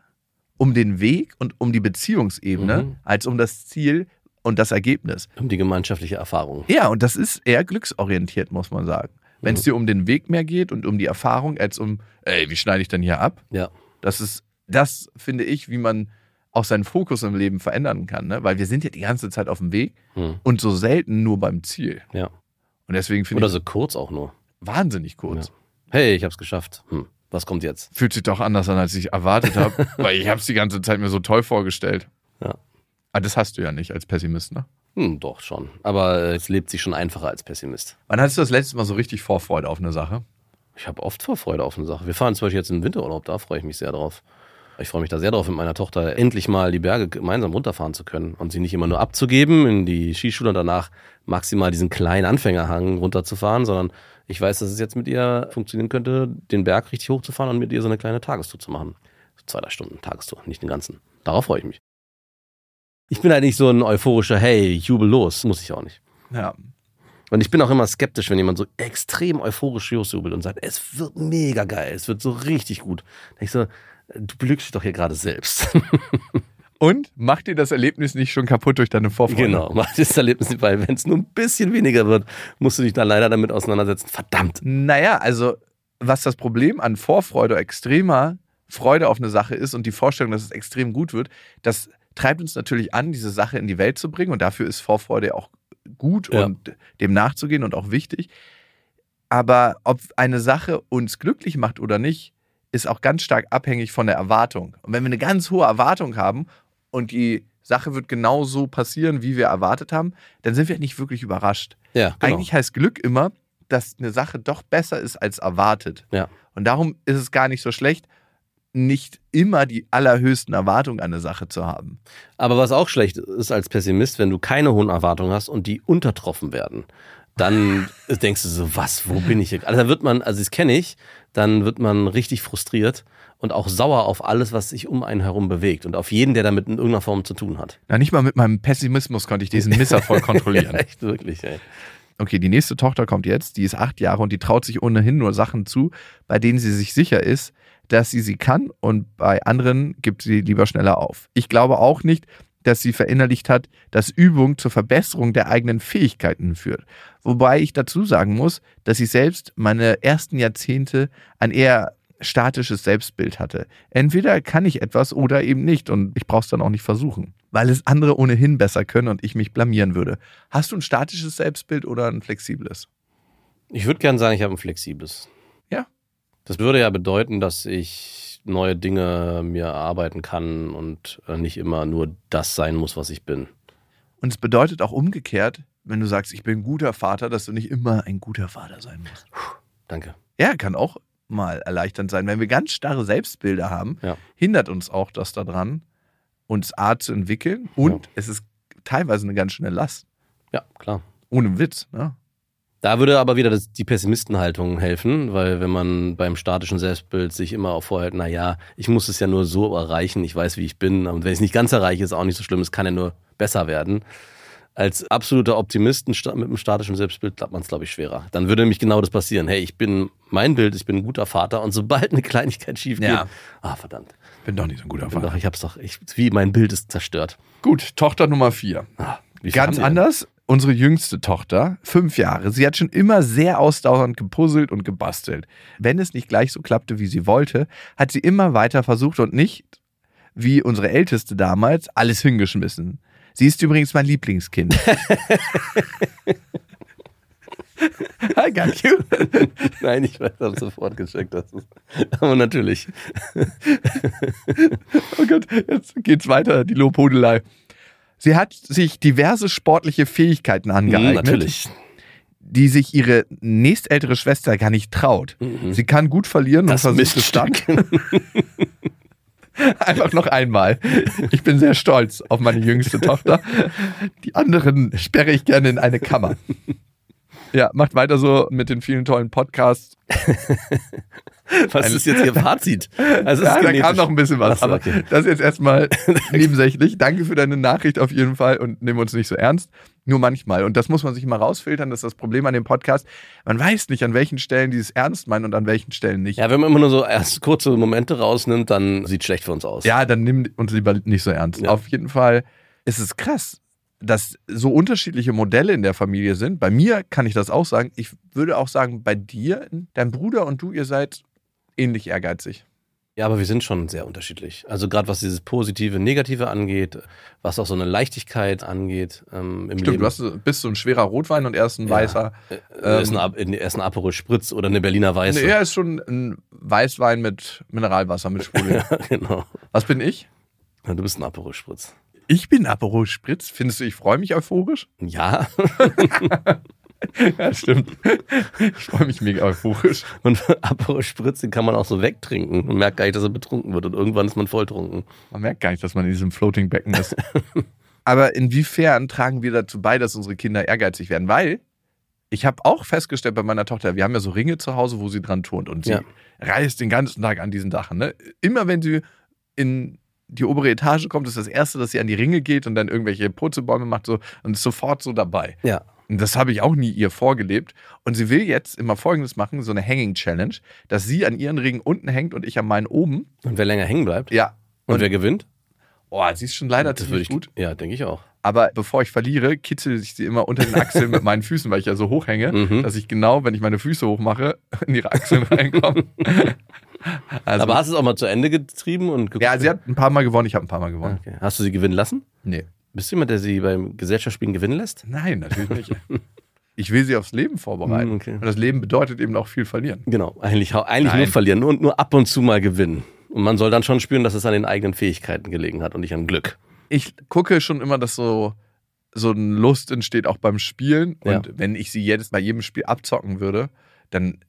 S6: um den Weg und um die Beziehungsebene
S5: Mhm.
S6: als um das Ziel und das Ergebnis.
S5: Um die gemeinschaftliche Erfahrung.
S6: Ja, und das ist eher glücksorientiert, muss man sagen. Wenn es
S5: Mhm.
S6: dir um den Weg mehr geht und um die Erfahrung, als um, ey, wie schneide ich denn hier ab?
S5: Ja.
S6: Das ist, das finde ich, wie man auch seinen Fokus im Leben verändern kann, ne? Weil wir sind ja die ganze Zeit auf dem Weg
S5: Mhm.
S6: und so selten nur beim Ziel.
S5: ja.
S6: Und deswegen finde
S5: Oder
S6: ich
S5: so kurz auch nur.
S6: wahnsinnig kurz.
S5: Ja. Hey, ich hab's geschafft. Hm. Was kommt jetzt?
S6: Fühlt sich doch anders an, als ich erwartet habe, weil ich habe es die ganze Zeit mir so toll vorgestellt.
S5: Ja.
S6: Aber das hast du ja nicht als Pessimist, ne?
S5: Hm, doch schon. Aber äh, es lebt sich schon einfacher als Pessimist.
S6: Wann hattest du das letzte Mal so richtig Vorfreude auf eine Sache?
S5: Ich habe oft Vorfreude auf eine Sache. Wir fahren zum Beispiel jetzt in den Winterurlaub, da freue ich mich sehr drauf. Ich freue mich da sehr drauf, mit meiner Tochter endlich mal die Berge gemeinsam runterfahren zu können und sie nicht immer nur abzugeben in die Skischule und danach maximal diesen kleinen Anfängerhang runterzufahren, sondern ich weiß, dass es jetzt mit ihr funktionieren könnte, den Berg richtig hochzufahren und mit ihr so eine kleine Tagestour zu machen. So zwei, drei Stunden Tagestour, nicht den ganzen. Darauf freue ich mich. Ich bin halt nicht so ein euphorischer, hey, jubel los, muss ich auch nicht.
S6: Ja.
S5: Und ich bin auch immer skeptisch, wenn jemand so extrem euphorisch losjubelt und sagt, es wird mega geil, es wird so richtig gut. Da ich so, du belügst dich doch hier gerade selbst.
S6: Und macht dir das Erlebnis nicht schon kaputt durch deine Vorfreude?
S5: genau, mach das Erlebnis nicht, weil wenn es nur ein bisschen weniger wird, musst du dich dann leider damit auseinandersetzen. Verdammt.
S6: Naja, also was das Problem an Vorfreude, extremer Freude auf eine Sache ist und die Vorstellung, dass es extrem gut wird, das treibt uns natürlich an, diese Sache in die Welt zu bringen und dafür ist Vorfreude auch gut
S5: Ja.
S6: und dem nachzugehen und auch wichtig. Aber ob eine Sache uns glücklich macht oder nicht, ist auch ganz stark abhängig von der Erwartung. Und wenn wir eine ganz hohe Erwartung haben und die Sache wird genau so passieren, wie wir erwartet haben, dann sind wir nicht wirklich überrascht.
S5: Ja, genau.
S6: Eigentlich heißt Glück immer, dass eine Sache doch besser ist als erwartet.
S5: Ja.
S6: Und darum ist es gar nicht so schlecht, nicht immer die allerhöchsten Erwartungen an eine Sache zu haben.
S5: Aber was auch schlecht ist als Pessimist, wenn du keine hohen Erwartungen hast und die untertroffen werden, dann denkst du so, was, wo bin ich hier? Also da wird man, also das kenne ich, dann wird man richtig frustriert und auch sauer auf alles, was sich um einen herum bewegt und auf jeden, der damit in irgendeiner Form zu tun hat.
S6: Na, nicht mal mit meinem Pessimismus konnte ich diesen Misserfolg kontrollieren.
S5: echt, wirklich, ey.
S6: Okay, die nächste Tochter kommt jetzt, die ist acht Jahre und die traut sich ohnehin nur Sachen zu, bei denen sie sich sicher ist, dass sie sie kann und bei anderen gibt sie lieber schneller auf. Ich glaube auch nicht, dass sie verinnerlicht hat, dass Übung zur Verbesserung der eigenen Fähigkeiten führt. Wobei ich dazu sagen muss, dass ich selbst meine ersten Jahrzehnte ein eher statisches Selbstbild hatte. Entweder kann ich etwas oder eben nicht und ich brauche es dann auch nicht versuchen, weil es andere ohnehin besser können und ich mich blamieren würde. Hast du ein statisches Selbstbild oder ein flexibles?
S5: Ich würde gerne sagen, ich habe ein flexibles.
S6: Ja.
S5: Das würde ja bedeuten, dass ich neue Dinge mir erarbeiten kann und äh, nicht immer nur das sein muss, was ich bin.
S6: Und es bedeutet auch umgekehrt, wenn du sagst, ich bin ein guter Vater, dass du nicht immer ein guter Vater sein musst.
S5: Danke.
S6: Ja, kann auch mal erleichternd sein. Wenn wir ganz starre Selbstbilder haben,
S5: Ja.
S6: hindert uns auch das daran, uns A zu entwickeln und es ist teilweise eine ganz schöne Last.
S5: Ja, klar.
S6: Ohne Witz. Ne?
S5: Da würde aber wieder das, die Pessimistenhaltung helfen, weil wenn man beim statischen Selbstbild sich immer auch vorhält, na ja, ich muss es ja nur so erreichen, ich weiß, wie ich bin und wenn ich es nicht ganz erreiche, ist auch nicht so schlimm, es kann ja nur besser werden. Als absoluter Optimist mit einem statischen Selbstbild hat man es, glaube ich, schwerer. Dann würde nämlich genau das passieren. Hey, ich bin mein Bild, ich bin ein guter Vater und sobald eine Kleinigkeit schief geht,
S6: Ja.
S5: ah verdammt,
S6: Bin doch nicht so ein guter
S5: bin doch, ich hab's doch, ich, wie mein Bild ist zerstört.
S6: Gut, Tochter Nummer vier.
S5: Ah, wie viel haben
S6: Ganz
S5: wir?
S6: anders. Unsere jüngste Tochter, fünf Jahre, sie hat schon immer sehr ausdauernd gepuzzelt und gebastelt. Wenn es nicht gleich so klappte, wie sie wollte, hat sie immer weiter versucht und nicht, wie unsere Älteste damals, alles hingeschmissen. Sie ist übrigens mein Lieblingskind. I got you.
S5: Nein, ich weiß, hab sofort gecheckt, dass es. Aber natürlich.
S6: Oh Gott, jetzt geht's weiter, die Lobhudelei. Sie hat sich diverse sportliche Fähigkeiten angeeignet.
S5: Mhm, Natürlich.
S6: die sich ihre nächstältere Schwester gar nicht traut. Sie kann gut verlieren
S5: Mhm. Das
S6: und versucht es dann
S5: Miststück.
S6: einfach noch einmal. Ich bin sehr stolz auf meine jüngste Tochter. Die anderen sperre ich gerne in eine Kammer. Ja, macht weiter so mit den vielen tollen Podcasts.
S5: Was ist jetzt Ihr Fazit? Also es
S6: Ja,
S5: ist
S6: da kam
S5: genetisch.
S6: noch ein bisschen
S5: Ach
S6: was,
S5: so,
S6: aber
S5: okay.
S6: das jetzt erstmal nebensächlich. Danke für deine Nachricht auf jeden Fall und nimm uns nicht so ernst. Nur manchmal. Und das muss man sich mal rausfiltern, das ist das Problem an dem Podcast. Man weiß nicht, an welchen Stellen die es ernst meinen und an welchen Stellen nicht.
S5: Ja, wenn man immer nur so erst kurze Momente rausnimmt, dann sieht schlecht für uns aus.
S6: Ja, dann nimm uns lieber nicht so ernst.
S5: Ja.
S6: Auf jeden Fall ist es krass, dass so unterschiedliche Modelle in der Familie sind. Bei mir kann ich das auch sagen. Ich würde auch sagen, bei dir, dein Bruder und du, ihr seid ähnlich ehrgeizig.
S5: ja, aber wir sind schon sehr unterschiedlich. Also gerade was dieses Positive, Negative angeht, was auch so eine Leichtigkeit angeht ähm, im
S6: Stimmt,
S5: Leben.
S6: du hast, ähm, bist so ein schwerer Rotwein und er ist ein
S5: Ja.
S6: weißer.
S5: Äh, er ist ein, Ap- er ist ein Aperol Spritz oder eine Berliner Weiße.
S6: Nee, er ist schon ein Weißwein mit Mineralwasser, mit Sprudel.
S5: genau.
S6: Was bin ich?
S5: Ja, Du bist ein Aperol Spritz.
S6: Ich bin Aperol Spritz. Findest du, ich freue mich euphorisch?
S5: Ja,
S6: Ja, stimmt. Ich freue mich mega euphorisch.
S5: Und Aperol Spritz, den kann man auch so wegtrinken und merkt gar nicht, dass er betrunken wird. Und irgendwann ist man volltrunken.
S6: Man merkt gar nicht, dass man in diesem Floating Becken ist. Aber inwiefern tragen wir dazu bei, dass unsere Kinder ehrgeizig werden? Weil ich habe auch festgestellt bei meiner Tochter, wir haben ja so Ringe zu Hause, wo sie dran turnt und sie
S5: Ja.
S6: reißt den ganzen Tag an diesen Sachen. Ne? Immer wenn sie in die obere Etage kommt, ist das erste, dass sie an die Ringe geht und dann irgendwelche Purzelbäume macht so und ist sofort so dabei.
S5: Ja.
S6: Und das habe ich auch nie ihr vorgelebt. Und sie will jetzt immer Folgendes machen, so eine Hanging Challenge, dass sie an ihren Ringen unten hängt und ich an meinen oben.
S5: Und wer länger hängen bleibt
S6: Ja.
S5: und, wer gewinnt,
S6: Oh, sie ist schon leider ziemlich gut.
S5: Ja, denke ich auch.
S6: Aber bevor ich verliere, kitzel ich sie immer unter den Achseln mit meinen Füßen, weil ich ja so hoch hänge,
S5: Mhm.
S6: dass ich genau, wenn ich meine Füße hochmache, in ihre Achseln reinkomme. Also,
S5: Aber hast du es auch mal zu Ende getrieben und geguckt?
S6: ja, sie hat ein paar Mal gewonnen, ich habe ein paar Mal gewonnen.
S5: okay. Hast du sie gewinnen lassen?
S6: Nee.
S5: Bist du jemand, der sie beim Gesellschaftsspielen gewinnen lässt?
S6: Nein, natürlich nicht. Ich will sie aufs Leben vorbereiten.
S5: Mm, okay.
S6: Und das Leben bedeutet eben auch viel verlieren.
S5: Genau, eigentlich, hau- eigentlich
S6: Nein.
S5: nur verlieren und nur ab und zu mal gewinnen. Und man soll dann schon spüren, dass es an den eigenen Fähigkeiten gelegen hat und nicht an Glück.
S6: Ich gucke schon immer, dass so, so eine Lust entsteht, auch beim Spielen.
S5: Ja.
S6: Und wenn ich sie jedes, bei jedem Spiel abzocken würde, dann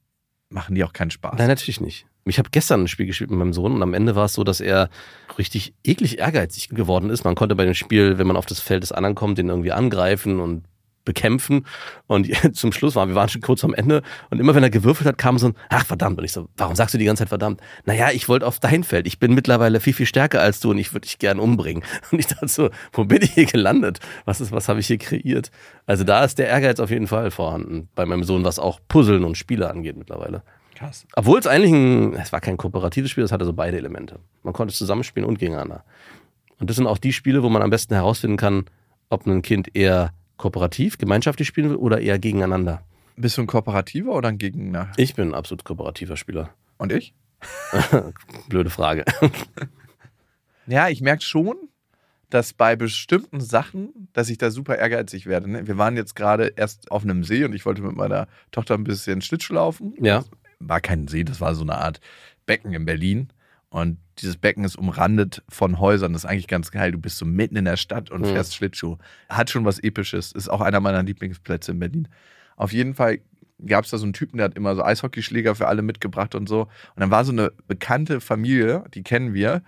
S6: machen die auch keinen Spaß.
S5: Nein, natürlich nicht. Ich habe gestern ein Spiel gespielt mit meinem Sohn und am Ende war es so, dass er richtig eklig ehrgeizig geworden ist. Man konnte bei dem Spiel, wenn man auf das Feld des anderen kommt, den irgendwie angreifen und bekämpfen. Und zum Schluss waren wir waren schon kurz am Ende und immer wenn er gewürfelt hat, kam so ein Ach verdammt. Und ich so, warum sagst du die ganze Zeit verdammt? Naja, ich wollte auf dein Feld. Ich bin mittlerweile viel, viel stärker als du und ich würde dich gern umbringen. Und ich dachte so, wo bin ich hier gelandet? Was ist, was habe ich hier kreiert? Also da ist der Ehrgeiz auf jeden Fall vorhanden bei meinem Sohn, was auch Puzzeln und Spiele angeht mittlerweile.
S6: Krass.
S5: Obwohl es eigentlich ein, es war kein kooperatives Spiel, es hatte so beide Elemente. Man konnte es zusammenspielen und gegeneinander. Und das sind auch die Spiele, wo man am besten herausfinden kann, ob ein Kind eher kooperativ, gemeinschaftlich spielen will oder eher gegeneinander.
S6: Bist du ein Kooperativer oder ein Gegner?
S5: Ich bin ein absolut kooperativer Spieler.
S6: Und ich?
S5: Blöde Frage.
S6: Ja, ich merke schon, dass bei bestimmten Sachen, dass ich da super ehrgeizig werde. Ne? Wir waren jetzt gerade erst auf einem See und ich wollte mit meiner Tochter ein bisschen Schlittschuh laufen.
S5: Ja.
S6: War kein See, das war so eine Art Becken in Berlin. Und dieses Becken ist umrandet von Häusern. Das ist eigentlich ganz geil. Du bist so mitten in der Stadt und
S5: Mhm.
S6: fährst Schlittschuh. Hat schon was Episches. Ist auch einer meiner Lieblingsplätze in Berlin. Auf jeden Fall gab es da so einen Typen, der hat immer so Eishockeyschläger für alle mitgebracht und so. Und dann war so eine bekannte Familie, die kennen wir.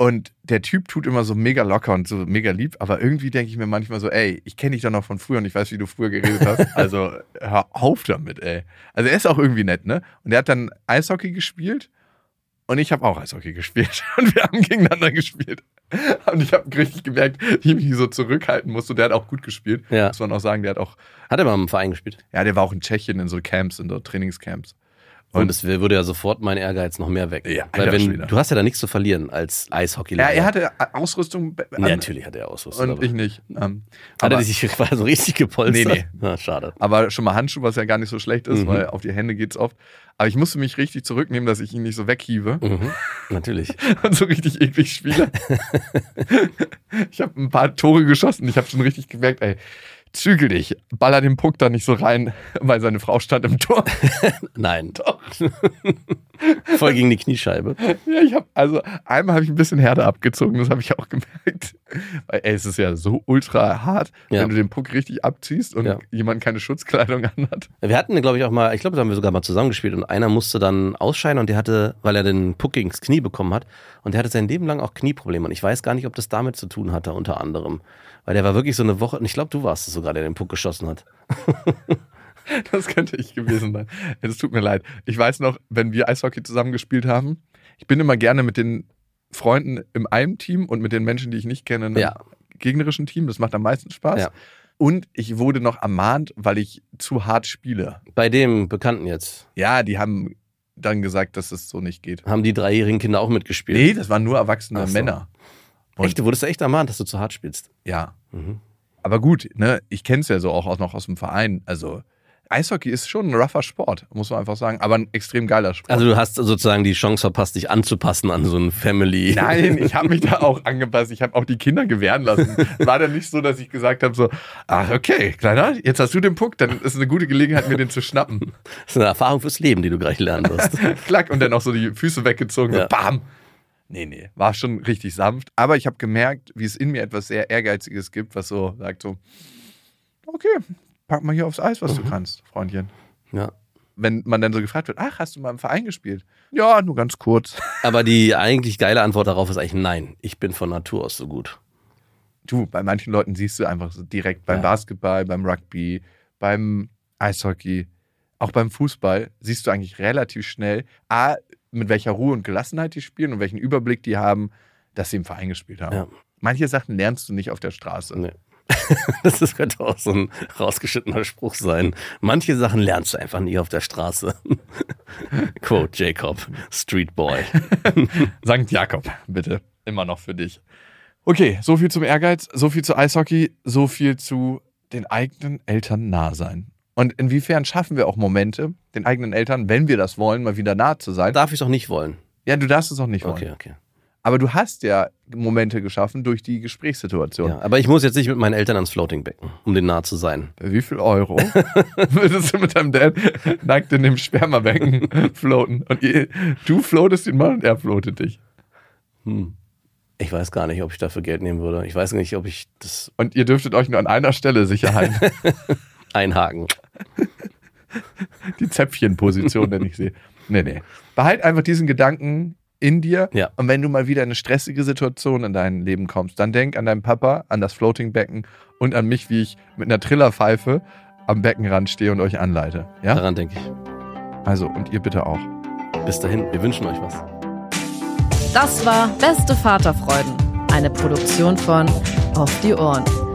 S6: Und der Typ tut immer so mega locker und so mega lieb, aber irgendwie denke ich mir manchmal so, ey, ich kenne dich doch noch von früher und ich weiß, wie du früher geredet hast. Also hör auf damit, ey. Also er ist auch irgendwie nett, ne? Und er hat dann Eishockey gespielt und ich habe auch Eishockey gespielt und wir haben gegeneinander gespielt. Und ich habe richtig gemerkt, wie ich mich so zurückhalten musste. Der hat auch gut gespielt,
S5: Ja.
S6: muss man auch sagen. Der hat auch,
S5: Hat er mal im Verein gespielt.
S6: ja, der war auch in Tschechien in so Camps, in so Trainingscamps.
S5: Und,
S6: Und-
S5: es würde ja sofort mein Ehrgeiz noch mehr weg.
S6: Ja,
S5: Weil
S6: Alter
S5: wenn,
S6: Schwede.
S5: du hast ja da nichts zu verlieren als eishockey
S6: Ja, er hatte Ausrüstung be-
S5: Nee, natürlich hat er Ausrüstung.
S6: und
S5: aber-
S6: ich nicht. Ähm,
S5: hat er
S6: aber-
S5: sich quasi so richtig gepolstert?
S6: Nee,
S5: Na, schade.
S6: Aber schon mal Handschuhe, was ja gar nicht so schlecht ist,
S5: Mhm.
S6: weil auf die Hände geht's oft. Aber ich musste mich richtig zurücknehmen, dass ich ihn nicht so weghiebe
S5: Mhm. Natürlich.
S6: und so richtig eklig spiele. ich habe ein paar Tore geschossen. Ich habe schon richtig gemerkt, ey, zügel dich, baller den Puck da nicht so rein, weil seine Frau stand im Tor.
S5: Nein. Doch. Voll gegen die Kniescheibe.
S6: ja, ich hab, also einmal habe ich ein bisschen Herde abgezogen, das habe ich auch gemerkt. Weil ey, es ist ja so ultra hart,
S5: Ja.
S6: wenn du den Puck richtig abziehst und
S5: Ja.
S6: jemand keine Schutzkleidung anhat.
S5: Wir hatten, glaube ich, auch mal, ich glaube, da haben wir sogar mal zusammengespielt und einer musste dann ausscheiden und der hatte, weil er den Puck gegens Knie bekommen hat und der hatte sein Leben lang auch Knieprobleme und ich weiß gar nicht, ob das damit zu tun hatte, unter anderem. Weil der war wirklich so eine Woche, und ich glaube, du warst es sogar, der den Puck geschossen hat.
S6: Das könnte ich gewesen sein. Es tut mir leid. Ich weiß noch, wenn wir Eishockey zusammen gespielt haben, ich bin immer gerne mit den Freunden im einem Team und mit den Menschen, die ich nicht kenne, im
S5: Ja.
S6: gegnerischen Team. Das macht am meisten Spaß.
S5: Ja.
S6: Und ich wurde noch ermahnt, weil ich zu hart spiele.
S5: Bei dem Bekannten jetzt
S6: Ja, die haben dann gesagt, dass es so nicht geht.
S5: haben die dreijährigen Kinder auch mitgespielt.
S6: Nee, das waren nur erwachsene
S5: Ach so.
S6: Männer. und-
S5: echt, du wurdest echt ermahnt, dass du zu hart spielst.
S6: Ja.
S5: Mhm.
S6: Aber gut, ne, ich kenne es ja so auch, auch noch aus dem Verein. Also Eishockey ist schon ein rougher Sport, muss man einfach sagen, aber ein extrem geiler Sport.
S5: Also du hast sozusagen die Chance verpasst, dich anzupassen an so ein Family.
S6: Nein, ich habe mich da auch angepasst. Ich habe auch die Kinder gewähren lassen. War dann nicht so, dass ich gesagt habe, so, ach, okay, Kleiner, jetzt hast du den Puck, dann ist eine gute Gelegenheit, mir den zu schnappen.
S5: Das ist eine Erfahrung fürs Leben, die du gleich lernen wirst.
S6: Klack, und dann auch so die Füße weggezogen,
S5: Ja.
S6: so, bam. Nee, nee, war schon richtig sanft. Aber ich habe gemerkt, wie es in mir etwas sehr Ehrgeiziges gibt, was so sagt, so, okay, pack mal hier aufs Eis, was du kannst, Freundchen.
S5: Mhm. Ja.
S6: Wenn man dann so gefragt wird, ach, hast du mal im Verein gespielt? Ja, nur ganz kurz.
S5: Aber die eigentlich geile Antwort darauf ist eigentlich nein. Ich bin von Natur aus so gut.
S6: Du, bei manchen Leuten siehst du einfach so direkt beim
S5: Ja.
S6: Basketball, beim Rugby, beim Eishockey, auch beim Fußball, siehst du eigentlich relativ schnell, A, mit welcher Ruhe und Gelassenheit die spielen und welchen Überblick die haben, dass sie im Verein gespielt haben.
S5: Ja.
S6: Manche Sachen lernst du nicht auf der Straße.
S5: Nee. Das ist- könnte auch so ein rausgeschnittener Spruch sein. Manche Sachen lernst du einfach nie auf der Straße. Quote Jacob, Street Boy.
S6: Sankt Jakob, bitte. Immer noch für dich. Okay, so viel zum Ehrgeiz, so viel zu Eishockey, so viel zu den eigenen Eltern nah sein. Und inwiefern schaffen wir auch Momente, den eigenen Eltern, wenn wir das wollen, mal wieder nah zu sein?
S5: Darf ich doch nicht wollen.
S6: Ja, du darfst es auch nicht wollen.
S5: Okay, okay.
S6: Aber du hast ja Momente geschaffen durch die Gesprächssituation.
S5: Ja, aber ich muss jetzt nicht mit meinen Eltern ans Floatingbecken, um denen nah zu sein.
S6: Wie viel Euro würdest du mit deinem Dad nackt in dem Spermabecken floaten? Und ihr, du floatest ihn mal und er floatet dich.
S5: Hm. Ich weiß gar nicht, ob ich dafür Geld nehmen würde. Ich weiß nicht, ob ich das
S6: Und ihr dürftet euch nur an einer Stelle sicher halten.
S5: einhaken.
S6: die Zäpfchenposition, wenn ich sehe. Nee, nee. Behalt einfach diesen Gedanken in dir.
S5: Ja.
S6: Und wenn du mal wieder in eine stressige Situation in deinem Leben kommst, dann denk an deinen Papa, an das Floatingbecken und an mich, wie ich mit einer Trillerpfeife am Beckenrand stehe und euch anleite. Ja?
S5: Daran denke ich.
S6: Also, und ihr bitte auch.
S5: Bis dahin, wir wünschen euch was.
S3: Das war Beste Vaterfreuden, eine Produktion von Auf die Ohren.